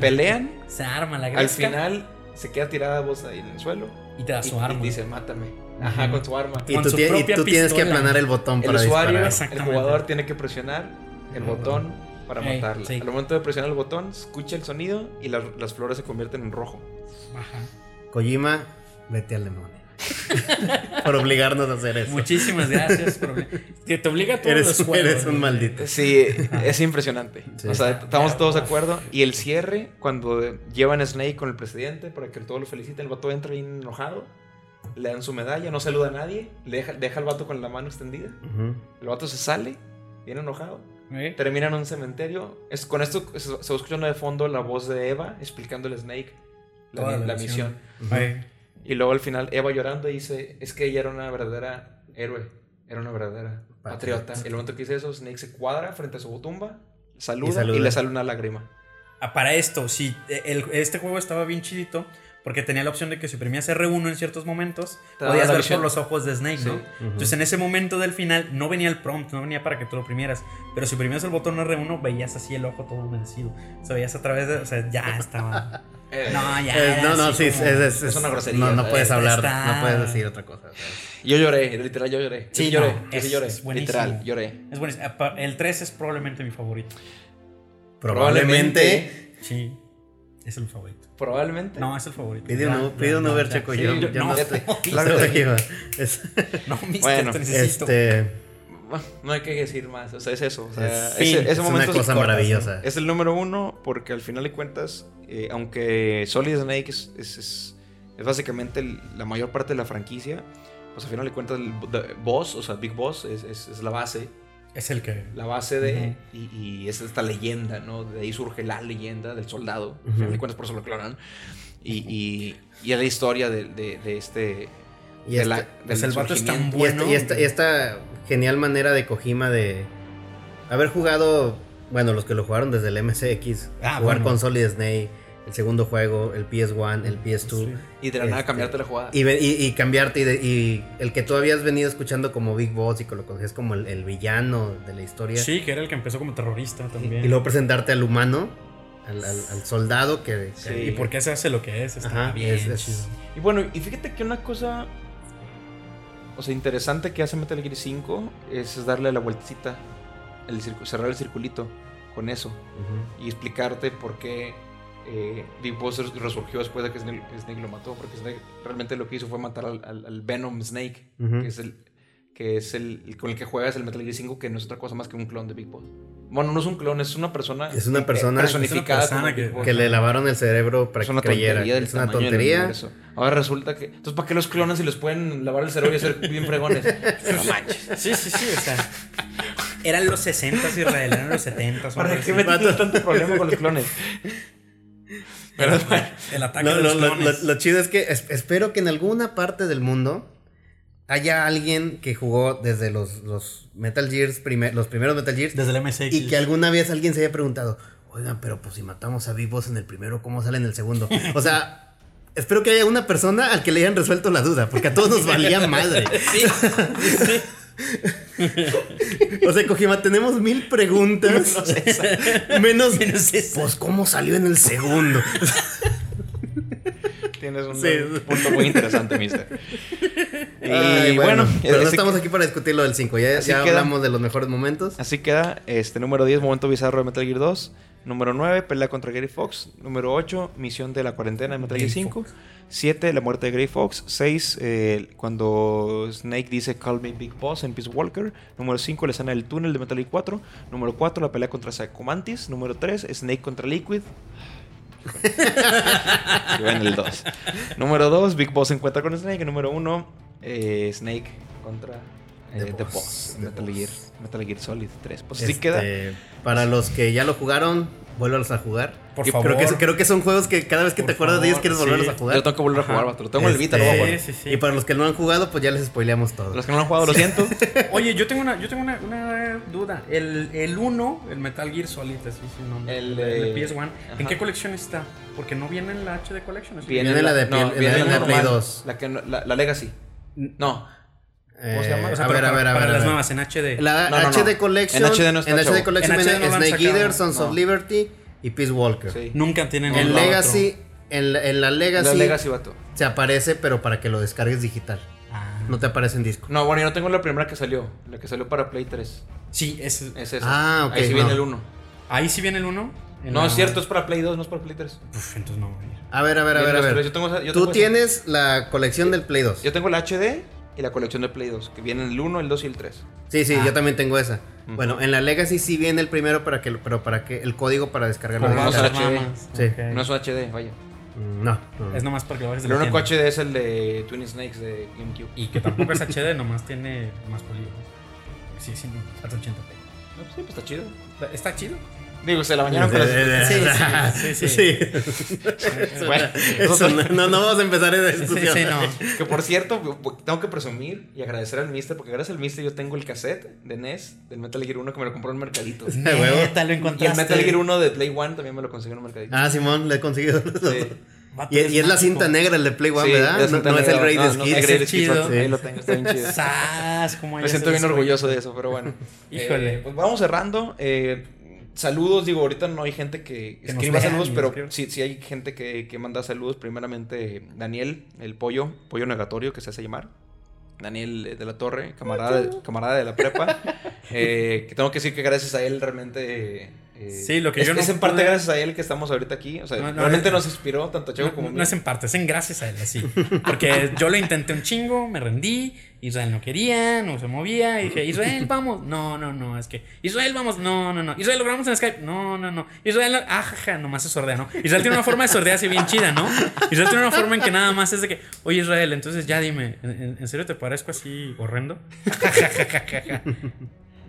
S1: Pelean.
S2: Se arma la
S1: al
S2: gresca
S1: final se queda tirada The Boss ahí en el suelo.
S2: y te da su
S1: y, y
S2: arma.
S1: dice, mátame. Ajá,
S2: Ujú.
S1: con su arma.
S3: Y
S2: Con
S3: tú,
S2: su
S3: tie- y
S2: propia
S3: tú tienes que
S2: pistola.
S3: aplanar el botón
S1: el
S3: para
S1: usuario,
S3: disparar.
S1: el
S2: Exactamente.
S1: jugador tiene que presionar el botón para
S2: Ey,
S1: matarla.
S2: sí.
S1: Al momento de presionar el botón, escucha el sonido y las- las flores se convierten en rojo.
S2: Ajá.
S3: Kojima, vete al demonio. por obligarnos a hacer eso.
S2: Muchísimas gracias. por- Que te obliga a todos
S3: eres,
S2: los
S3: un-
S2: juegos.
S3: eres un maldito.
S1: Sí, es impresionante.
S3: Sí.
S1: O sea, estamos todos de acuerdo. Y el cierre, cuando llevan a Snake con el presidente para que todos lo feliciten, el vato entra bien enojado, le dan su medalla, no saluda a nadie, le deja, deja al vato con la mano extendida.
S3: Ujú.
S1: El vato se sale, bien enojado,
S2: ¿Eh?
S1: termina en un cementerio. Es, con esto se, se va escuchando de fondo la voz de Eva explicándole a Snake la,
S2: Toda
S1: la
S2: la
S1: misión.
S2: misión. Ey.
S1: Y luego al final Eva llorando dice, es que ella era una verdadera héroe, era una verdadera patriota. Y el momento que dice eso, Snake se cuadra frente a su tumba, saluda y,
S3: Y saluda.
S1: le sale una lágrima.
S2: Ah, para esto, sí, el- este juego estaba bien chidito porque tenía la opción de que si oprimías R1 en ciertos momentos,
S1: Te daba
S2: podías
S1: la
S2: ver
S1: visión.
S2: por los ojos de Snake,
S1: Sí.
S2: ¿no? Entonces en ese momento del final no venía el prompt, no venía para que tú lo oprimieras, pero si oprimías el botón R1 veías así el ojo todo vencido, o sea, veías a través de, o sea, ya estaba.
S1: Eh,
S2: No, ya.
S3: Eh,
S2: era
S3: no, no,
S2: así
S3: sí, es,
S2: como-
S3: es-
S1: es una grosería,
S3: No, no
S1: ¿sabes?
S3: puedes hablar,
S2: Está-
S3: no puedes decir otra cosa. ¿sabes?
S1: Yo lloré, literal yo lloré.
S2: Sí,
S1: Sí, lloré,
S2: no,
S1: yo sí
S2: es-
S1: lloré,
S2: es buenísimo.
S1: literal, lloré.
S2: Es buenísimo. Ah, pa- El 3 es probablemente mi favorito.
S1: Probablemente.
S3: Probablemente
S2: Sí. Es el favorito.
S1: Probablemente.
S2: No, es el favorito.
S3: Pide
S2: Ya,
S3: un,
S2: ya,
S3: pide un
S2: ya,
S3: Uber,
S2: ya.
S3: Checo.
S2: Sí,
S3: yo,
S2: yo-
S3: yo
S2: no,
S3: no te-
S1: claro
S3: no
S1: que
S3: te
S1: sí.
S3: iba. Es-
S2: No, mister,
S1: Bueno,
S2: te necesito.
S3: este,
S1: No hay que decir más. O sea, es eso. O sea,
S3: es,
S1: ese,
S3: sí,
S1: ese
S3: es
S1: momento
S3: una
S1: es-
S3: cosa maravillosa.
S1: Es el número uno porque al final de cuentas, eh, aunque Solid Snake es, es, es- es básicamente el- la mayor parte de la franquicia, pues al final de cuentas el bo- the boss, o sea, Big Boss es, es- es la base,
S2: Es el que.
S1: la base de...
S2: Ujú.
S1: y, y es esta leyenda, ¿no? De ahí surge la leyenda del soldado, al
S3: Ujú.
S1: final de cuentas por eso lo clonan. Y, y, y es la historia de, de- de este...
S3: Y
S1: de
S3: este-
S1: la-
S2: pues el vato es tan
S1: surgimiento.
S3: Y, esta,
S2: bueno.
S3: y este esta- y esta genial manera de Kojima de haber jugado, bueno, los que lo jugaron desde el MSX,
S2: Ah,
S3: jugar
S2: bueno.
S3: con Solid Snake, el segundo juego, el PS1, el PS2,
S2: Sí.
S1: Y de la nada
S3: Este,
S1: cambiarte la jugada.
S3: y, ve- y- y cambiarte, y, de- y el que tú habías venido escuchando como Big Boss y que lo conocías como el, el villano de la historia,
S2: Sí, que era el que empezó como terrorista también.
S3: y luego presentarte al humano, al, al- al soldado que... que-
S1: Sí.
S2: ¿Y por qué se hace lo que es? Está
S3: Ajá,
S2: bien
S3: es- es-
S2: chido.
S1: Y bueno, y fíjate que una cosa, o sea, interesante que hace Metal Gear 5 es darle la vueltecita, el circu- cerrar el circulito con eso
S3: Ujú.
S1: y explicarte por qué eh, Big Boss res- resurgió después de que Snake, Snake lo mató, porque Snake realmente lo que hizo fue matar al, al- al Venom Snake,
S3: Ujú.
S1: que es el que es el, el con el que juegas el Metal Gear 5, que no es otra cosa más que un clon de Big Boss. Bueno, no es un clon, es una persona
S3: Es una
S1: eh,
S3: persona-
S1: personificada
S2: es una
S1: como
S2: persona
S1: Big
S2: que-
S1: Boss.
S3: Que le lavaron el cerebro para
S1: Es
S3: que
S1: una
S3: creyera.
S1: tontería del
S3: Es una
S1: tamaño del
S3: tontería.
S1: universo. Ahora resulta que. Entonces, ¿para qué los clonan si les pueden lavar el cerebro y ser bien fregones? No manches.
S2: Sí, sí, sí, o sea. Eran los 60 israelíes, eran los 70
S1: ¿Para qué metieron tanto problema con los clones? Pero bueno.
S2: El ataque
S3: No,
S2: de
S3: lo,
S2: los
S3: lo-
S2: clones.
S3: lo- lo chido es que es- espero que en alguna parte del mundo haya alguien que jugó desde los, los Metal Gears, primer- los primeros Metal Gears,
S2: Desde el MSX.
S3: y que alguna vez alguien se haya preguntado, oigan, pero pues si matamos a vivos en el primero, ¿cómo sale en el segundo? O sea, espero que haya una persona al que le hayan resuelto la duda, porque a todos nos valía madre. O sea, Kojima, tenemos mil preguntas. Menos, pues, ¿cómo salió en el segundo?
S1: Tienes un
S3: Sí, sí.
S1: punto muy interesante, mister. Y
S3: Ay,
S1: bueno,
S3: pero no
S1: así-
S3: estamos aquí para discutir lo del 5. Ya,
S1: así
S3: ya
S1: queda.
S3: hablamos de los mejores momentos.
S1: Así queda este número 10, momento bizarro de Metal Gear 2. Número 9, pelea contra Gary Fox. Número 8, misión de la cuarentena de Metal Gear
S2: Gray
S1: 5. 7, la muerte de Gray Fox. 6, cuando Snake dice Call me Big Boss en Peace Walker. Número 5, la escena del túnel de Metal Gear 4. Número 4, la pelea contra Sacomantis. Número 3, Snake contra Liquid. Y va en el 2. Número 2, Big Boss se encuentra con Snake. Número 1, Snake contra eh,
S3: The
S1: The,
S3: Boss,
S1: Boss.
S3: The
S1: Metal,
S3: Boss.
S1: Gear, Metal Gear Solid 3. Pues
S3: Este,
S1: sí queda.
S3: Para los que ya lo jugaron, vuelvanlos a jugar.
S2: Por
S3: Yo
S2: favor.
S3: Creo que, creo que son juegos que cada vez que
S2: Por
S3: te acuerdas de ellos
S2: favor,
S3: quieres
S2: sí.
S3: volverlos a
S1: Yo
S3: jugar.
S1: lo tengo que volver a jugar,
S2: Ajá.
S1: vato. Lo tengo en el Vita, lo
S3: Este,
S1: voy a jugar.
S2: Sí, sí, sí.
S3: Y para los que no han jugado, pues ya les spoileamos todo.
S1: Los que no lo han jugado, lo siento.
S2: Oye, yo tengo una, yo tengo una, una duda. El, el 1, el Metal Gear Solid, así su nombre.
S1: El, eh,
S2: PS1.
S1: ajá.
S2: ¿En qué colección está? Porque no viene en la HD Collection. así.
S3: Viene la de piel-
S1: viene
S3: la de Play
S1: normal,
S3: 2.
S1: La, que no- la, la Legacy. No.
S3: Eh,
S1: se llama?
S2: O sea,
S3: a
S2: pero
S3: ver,
S2: para-
S3: a ver, a ver.
S2: Para
S3: a
S2: las
S3: ver.
S2: nuevas, en HD.
S3: La
S1: No, no, no.
S3: HD Collection.
S1: En HD no está,
S3: en
S1: chavo.
S3: HD Collection
S2: En HD
S3: viene
S2: no lo han
S3: Snake
S2: sacado,
S3: Eater, Sons
S1: no.
S3: of Liberty y Peace Walker.
S1: Sí.
S2: Nunca tienen
S3: En
S2: el otro.
S3: Legacy, en, la- en la Legacy,
S1: La Legacy, vato.
S3: se aparece, pero para que lo descargues digital.
S2: Ah.
S3: No te aparece en disco.
S1: No, bueno, yo no tengo la primera que salió. La que salió para Play 3.
S2: Sí, es,
S1: Es esa.
S3: Ah, ok,
S1: Ahí sí viene
S3: no.
S1: el 1.
S2: ahí sí viene el 1.
S1: No, es cierto, es para Play 2, no es para Play 3.
S2: Uf, entonces no va a ir.
S3: A ver, a ver, a
S1: Vienen
S3: ver, a
S1: las
S3: ver.
S1: tres, yo tengo esa- yo tengo esa.
S3: Tú tienes la colección del Play 2.
S1: Yo tengo la HD y la colección de Play 2, que vienen el 1, el 2 y el 3.
S3: Sí,
S2: Ah.
S3: sí, yo también tengo esa. Bueno, en la Legacy sí viene el primero, para que, pero para que el código para descargarlo.
S1: Por
S2: Por
S1: más
S3: digital.
S1: HD.
S2: ramas.
S3: Sí.
S2: Ok.
S1: No es un HD, vaya.
S3: Mm, No, no, no.
S2: Es nomás para que lo bajes de
S1: El
S2: la
S1: único
S2: tienda.
S1: HD es el de Twin Snakes de GameCube.
S2: Y que tampoco es HD, nomás tiene más polígonos. Sí, sí, 480p.
S1: No, pues sí, pues está chido.
S2: Está chido.
S1: Digo, se la bañaron con las-
S2: Sí, sí, sí, sí.
S1: Bueno,
S3: Eso, no, no, no vamos a empezar esa
S2: Sí,
S3: discusión.
S2: sí, no.
S1: Que por cierto, tengo que presumir y agradecer al Mister, porque gracias al Mister yo tengo el cassette de NES del Metal Gear 1 que me lo compró en el mercadito. Y
S3: De huevo.
S2: Neta, lo encontraste.
S1: el Metal Gear 1 de Play 1 también me lo conseguí en el mercadito.
S3: Ah, Simón, le he conseguido. los dos.
S1: Sí.
S2: Vato,
S3: Y, y es la
S2: mágico.
S3: cinta negra el de Play One,
S1: Sí,
S3: ¿verdad?
S1: de
S3: No,
S1: Santa
S3: no es el
S1: Negra.
S3: Rey de
S1: No, no,
S3: Skid.
S1: el
S2: Ese
S1: Great
S2: es
S1: Skid,
S2: chido.
S1: Ahí lo tengo, está bien chido.
S2: Sas, cómo
S1: Me
S2: hayas
S1: siento bien
S2: descuido.
S1: orgulloso de eso, pero bueno.
S2: Híjole.
S1: Eh, pues vamos cerrando. Eh, saludos, digo, ahorita no hay gente que,
S2: Que nos
S1: escriba
S2: lean
S1: saludos,
S2: y
S1: pero
S2: escriban.
S1: sí, sí hay gente que, que manda saludos. Primeramente, Daniel, el pollo, pollo negatorio que se hace llamar. Daniel eh, de la Torre, camarada, camarada de la prepa. eh, que tengo que decir que gracias a él realmente eh, Eh,
S2: Sí, lo que
S1: es,
S2: yo no
S1: es en parte
S2: pude-
S1: gracias a él que estamos ahorita aquí. O sea,
S2: No, no,
S1: realmente
S2: es-
S1: nos inspiró tanto a Chego
S2: No,
S1: como a mí.
S2: no es en parte, es en gracias a él, así. Porque yo lo intenté un chingo, me rendí, Israel no quería, no se movía, y dije, Israel, vamos. No, no, no, es que, Israel, vamos, no, no, no. Israel, logramos en Skype, no, no, no. Israel, no- ah, jaja, nomás se sordea, ¿no? Israel tiene una forma de sordea así bien chida, ¿no? Israel tiene una forma en que nada más es de que, oye, Israel, entonces ya dime, ¿en- ¿en, en serio te parezco así horrendo?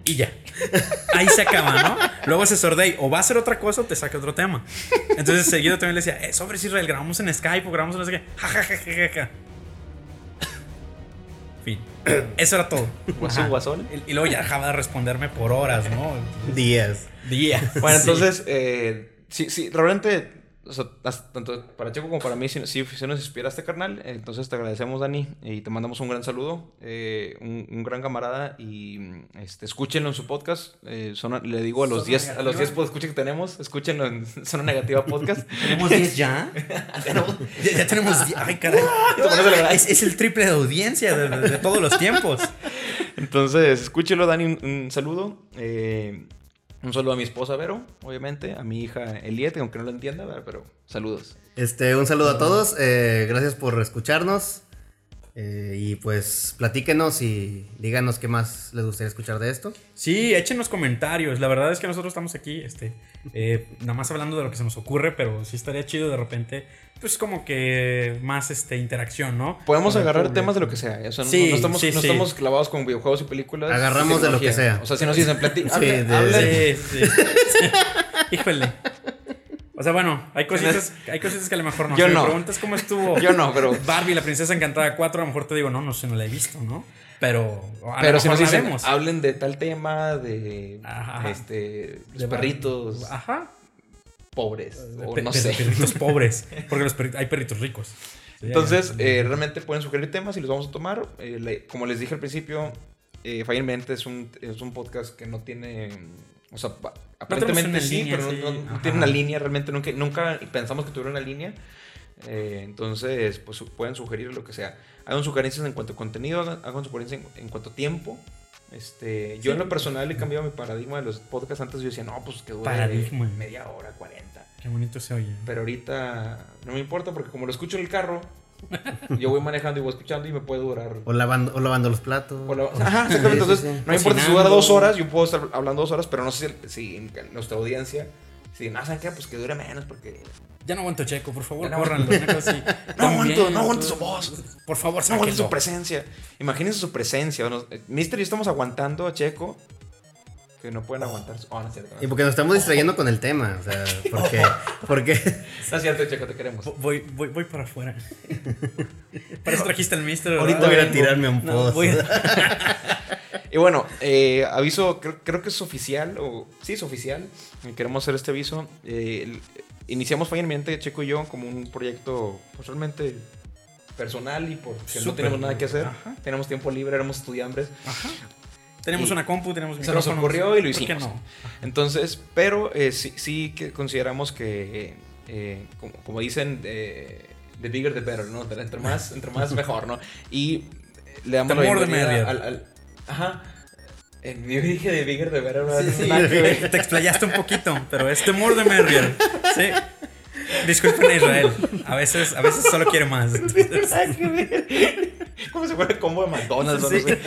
S2: Y ya. Ahí se acaba, ¿no? Luego se sordea y o va a hacer otra cosa o te saca otro tema. Entonces seguido también le decía, eh, sobre Israel, grabamos en Skype o grabamos en no sé qué. Ja, ja, ja, ja, ja, ja. Fin. Eso era todo.
S1: Guasón,
S2: Ajá.
S1: guasón.
S2: Y, y luego ya dejaba de responderme por horas, ¿no?
S3: Días.
S2: Días.
S1: Bueno,
S2: Sí.
S1: entonces, eh, sí, sí, realmente, o sea, as- tanto para Checo como para mí, sí, sí, sí nos inspiraste, carnal. Entonces te agradecemos, Dani, y te mandamos un gran saludo, eh, un, un gran camarada, y mm, este, escúchenlo en su podcast. eh, Zona- le digo a los
S2: Zona
S1: 10 a los
S2: Negativa.
S1: 10 podescuchas que tenemos, escúchenlo en Zona Negativa Podcast.
S2: ¿Tenemos 10 ya? ya? ya tenemos 10. Ay, caray. Es, es el triple de audiencia de- de- de todos los tiempos.
S1: Entonces, escúchelo, Dani, un, un saludo. eh, un saludo a mi esposa Vero, obviamente, a mi hija Eliette, aunque no lo entienda, ¿verdad? pero saludos.
S3: Este, un saludo a todos. eh, gracias por escucharnos. eh, y pues platíquenos y díganos qué más les gustaría escuchar de esto.
S2: Sí, échenos comentarios. La verdad es que nosotros estamos aquí, este, eh, nada más hablando de lo que se nos ocurre, pero sí estaría chido de repente, pues como que más este interacción, ¿no?
S1: Podemos
S2: Con el
S1: agarrar
S2: público.
S1: temas de lo que sea. ¿eh? O sea, no-
S2: Sí,
S1: no, estamos,
S2: sí,
S1: no
S2: sí.
S1: estamos clavados con videojuegos y películas.
S3: Agarramos de lo que
S1: Tecnología.
S3: sea.
S1: O sea, si nos dicen, plati-
S3: Sí,
S1: hable-
S3: de-
S1: hable-
S2: Sí, sí. Híjole. O sea, bueno, hay cositas, hay cositas que a lo mejor no.
S1: Yo
S2: si
S1: no.
S2: me preguntas cómo estuvo
S1: Yo no, pero-
S2: Barbie, la princesa encantada 4, a lo mejor te digo, no, no sé, no la he visto, ¿no? Pero a
S1: Pero
S2: lo
S1: si nos
S2: mejor la
S1: dicen, "Ah,
S2: vemos.
S1: hablen de tal tema, de
S2: Ajá.
S1: este, los
S2: De Barbie.
S1: perritos
S2: Ajá.
S1: pobres, o
S2: Pe-
S1: no
S2: pe-
S1: sé.
S2: Perritos pobres. Porque los perri- hay perritos ricos. Sí,
S1: Entonces,
S2: hay-
S1: eh, realmente pueden sugerir temas y los vamos a tomar. Eh, le- como les dije al principio, eh, Falla en Mente es un, es un podcast que no tiene. O sea, pa- aparentemente
S2: una
S1: sí,
S2: línea,
S1: pero no-
S2: sí,
S1: no, no
S2: ajá.
S1: tiene una línea realmente. Nunca, nunca pensamos que tuviera una línea. Eh, entonces, pues su- pueden sugerir lo que sea. Hagan sugerencias en cuanto a contenido, hagan, hagan sugerencias en, en cuanto a tiempo. Este, yo en lo personal he cambiado mi paradigma de los podcasts. Antes yo decía, no, pues que dure
S2: Paradigma.
S1: media hora, 40.
S2: Qué bonito se oye.
S1: Pero ahorita no me importa porque como lo escucho en el carro, yo voy manejando y voy escuchando y me puede durar.
S3: O lavando, o lavando los platos.
S1: o la- Ajá, exactamente. Entonces,
S3: Sí, sí, sí.
S1: no me importa si
S2: Cocinando.
S1: dura dos horas, yo puedo estar hablando dos horas, pero no sé si, si en nuestra audiencia, si no, ¿saben qué? Pues que dure menos porque...
S2: Ya no aguanto checo, por favor,
S1: Ya no
S2: córranlo. una cosa así.
S1: No aguanto,
S2: También,
S1: no aguanto su
S2: todo.
S1: voz.
S2: Por favor,
S1: No aguanto su
S2: sáquenlo.
S1: presencia. Imagínense su presencia. Nos- eh, Mister y yo estamos aguantando a Checo, que no pueden aguantar su... Oh, no es cierto.
S3: Y porque nos estamos distrayendo con el tema. O sea, porque, porque
S1: No es cierto, Checo, te queremos.
S2: Vo- Voy, voy, voy para afuera. Para eso trajiste al mister. ¿verdad?
S3: ahorita voy a ir a tirarme a un
S2: No,
S3: pozo.
S2: voy a-
S1: Y bueno, eh, aviso, creo, creo que es oficial, o sí es oficial, eh, queremos hacer este aviso. Eh, el- iniciamos Falla en Mente, Checo y yo, como un proyecto pues, realmente personal y porque no
S2: Súper.
S1: tenemos nada que hacer,
S2: Ajá.
S1: tenemos tiempo libre, éramos estudiantes.
S2: Tenemos
S1: Y-
S2: una compu, tenemos
S1: Se nos
S2: micrófonos.
S1: ocurrió y lo
S2: ¿Por qué
S1: hicimos.
S2: no?
S1: Entonces, pero eh, sí, sí que consideramos que, eh, eh, como, como dicen, eh, the bigger the better, ¿no? Entre más, entre más mejor, ¿no? Y eh, le damos
S2: The
S1: la
S2: more the
S1: bienvenida
S2: merrier.
S1: al, al- Ajá. Eh, Yo dije de bigger the better, ¿verdad?
S3: Sí, sí.
S1: Nada que ver.
S2: Te explayaste un poquito, pero es temor de Merrier. Sí. Disculpen a Israel. A veces, a veces solo quiere más. entonces.
S1: Como si fuera el combo de McDonald's o no
S2: Sí.
S1: sé.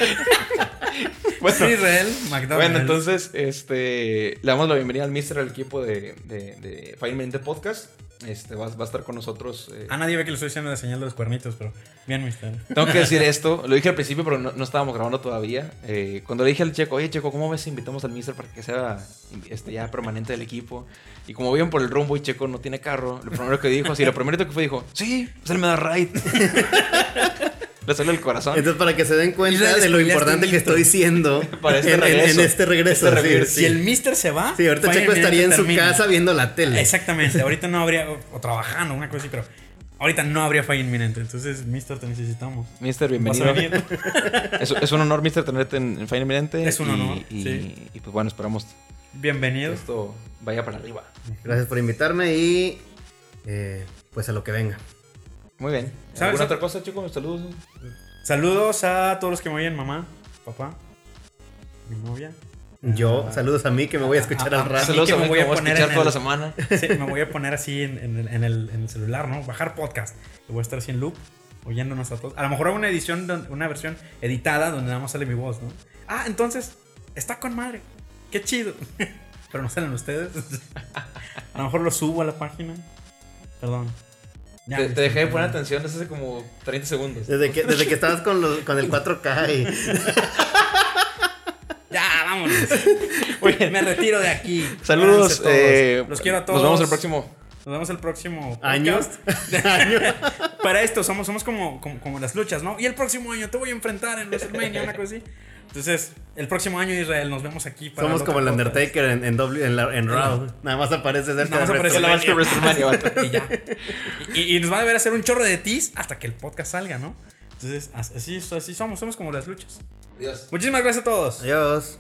S1: bueno,
S2: Sí, Israel, McDonald's.
S1: bueno, entonces este, le damos la bienvenida al mister, al equipo de, de, de Firemente Podcast. Este, va, va a estar con nosotros. eh.
S2: A Ah, nadie ve que le estoy haciendo la señal de los cuernitos, pero bien, mister.
S1: Tengo que decir esto, lo dije al principio, pero no, no estábamos grabando todavía. Eh, cuando le dije al Checo, oye Checo, ¿cómo ves si invitamos al mister para que sea este, ya permanente del equipo? Y como vieron por el rumbo y Checo no tiene carro, lo primero que dijo, así, lo primero que fue, dijo, sí, pues él me da ride. le salió el corazón.
S3: Entonces, para que se den cuenta
S2: Israel,
S3: de lo
S2: spoileaste
S3: importante
S2: un
S3: que
S2: intro.
S3: estoy siendo
S1: Para este
S3: en, en- en
S1: regreso.
S3: este regreso.
S1: Este
S3: sí,
S1: regreso.
S3: sí.
S2: Si el mister se va.
S3: Sí, ahorita
S2: Fire
S3: Checo
S2: Emblem
S3: estaría en su
S2: termina.
S3: casa viendo la tele.
S2: Exactamente, ahorita no habría, o, o trabajando, una cosa así, pero ahorita no habría falla inminente. Entonces, mister, te necesitamos.
S1: Mister,
S2: ¿Vas a
S1: bienvenido.
S2: venir?
S1: Es, es un honor, Mister, tenerte en, en Final Mirante.
S2: Es un
S1: y-
S2: honor,
S1: Y,
S2: sí.
S1: y, pues bueno, esperamos que
S2: Bienvenido.
S1: esto vaya para arriba.
S3: Gracias por invitarme y eh, pues a lo que venga.
S1: Muy bien.
S2: ¿Sabes?
S1: ¿Alguna otra cosa, chicos? Saludos.
S2: Saludos a todos los que me oyen, mamá, papá, mi novia,
S3: Yo, saludos a mí que me voy a escuchar al rato.
S1: Saludos
S2: que
S1: a
S2: me
S1: mí que
S2: voy a
S1: me voy a
S2: poner
S1: escuchar
S2: en
S1: toda
S2: el-
S1: la semana.
S2: Sí, me voy a poner así en, en el, en el- en el celular, ¿no? Bajar podcast. Y Voy a estar así en loop, oyéndonos a todos. A lo mejor hago una edición, don- una versión editada donde nada más sale mi voz, ¿no? Ah, entonces, está con madre. Qué chido. Pero no salen ustedes. a lo mejor lo subo a la página. Perdón. Ya,
S1: Te, te
S2: disculpen.
S1: dejé de poner atención desde hace como 30 segundos.
S3: Desde que, desde que estabas con, los, con el 4K y
S2: Ya, vámonos. me retiro de aquí. Váyanse
S1: Saludos.
S2: todos.
S1: eh,
S2: los quiero a todos.
S1: Nos vemos el próximo.
S2: Nos vemos el próximo
S3: años.
S2: podcast.
S3: años.
S2: Para esto somos, somos como, como, como las luchas, ¿no? Y el próximo año te voy a enfrentar en WrestleMania, una cosa así. Entonces, el próximo año Israel, nos vemos aquí. para
S3: Somos
S2: la
S3: como el
S2: otra
S3: Undertaker en, en, W- en, la- en Raw. Nada más aparece cerca
S2: Nada más
S3: de
S2: aparece
S1: Es la más que WrestleMania, vato.
S2: podcast. Y ya. Y, y nos va a deber hacer un chorro de tis hasta que el podcast salga, ¿no? Entonces, as- así, así somos, somos como las luchas.
S1: Adiós.
S2: Muchísimas gracias a todos.
S3: Adiós.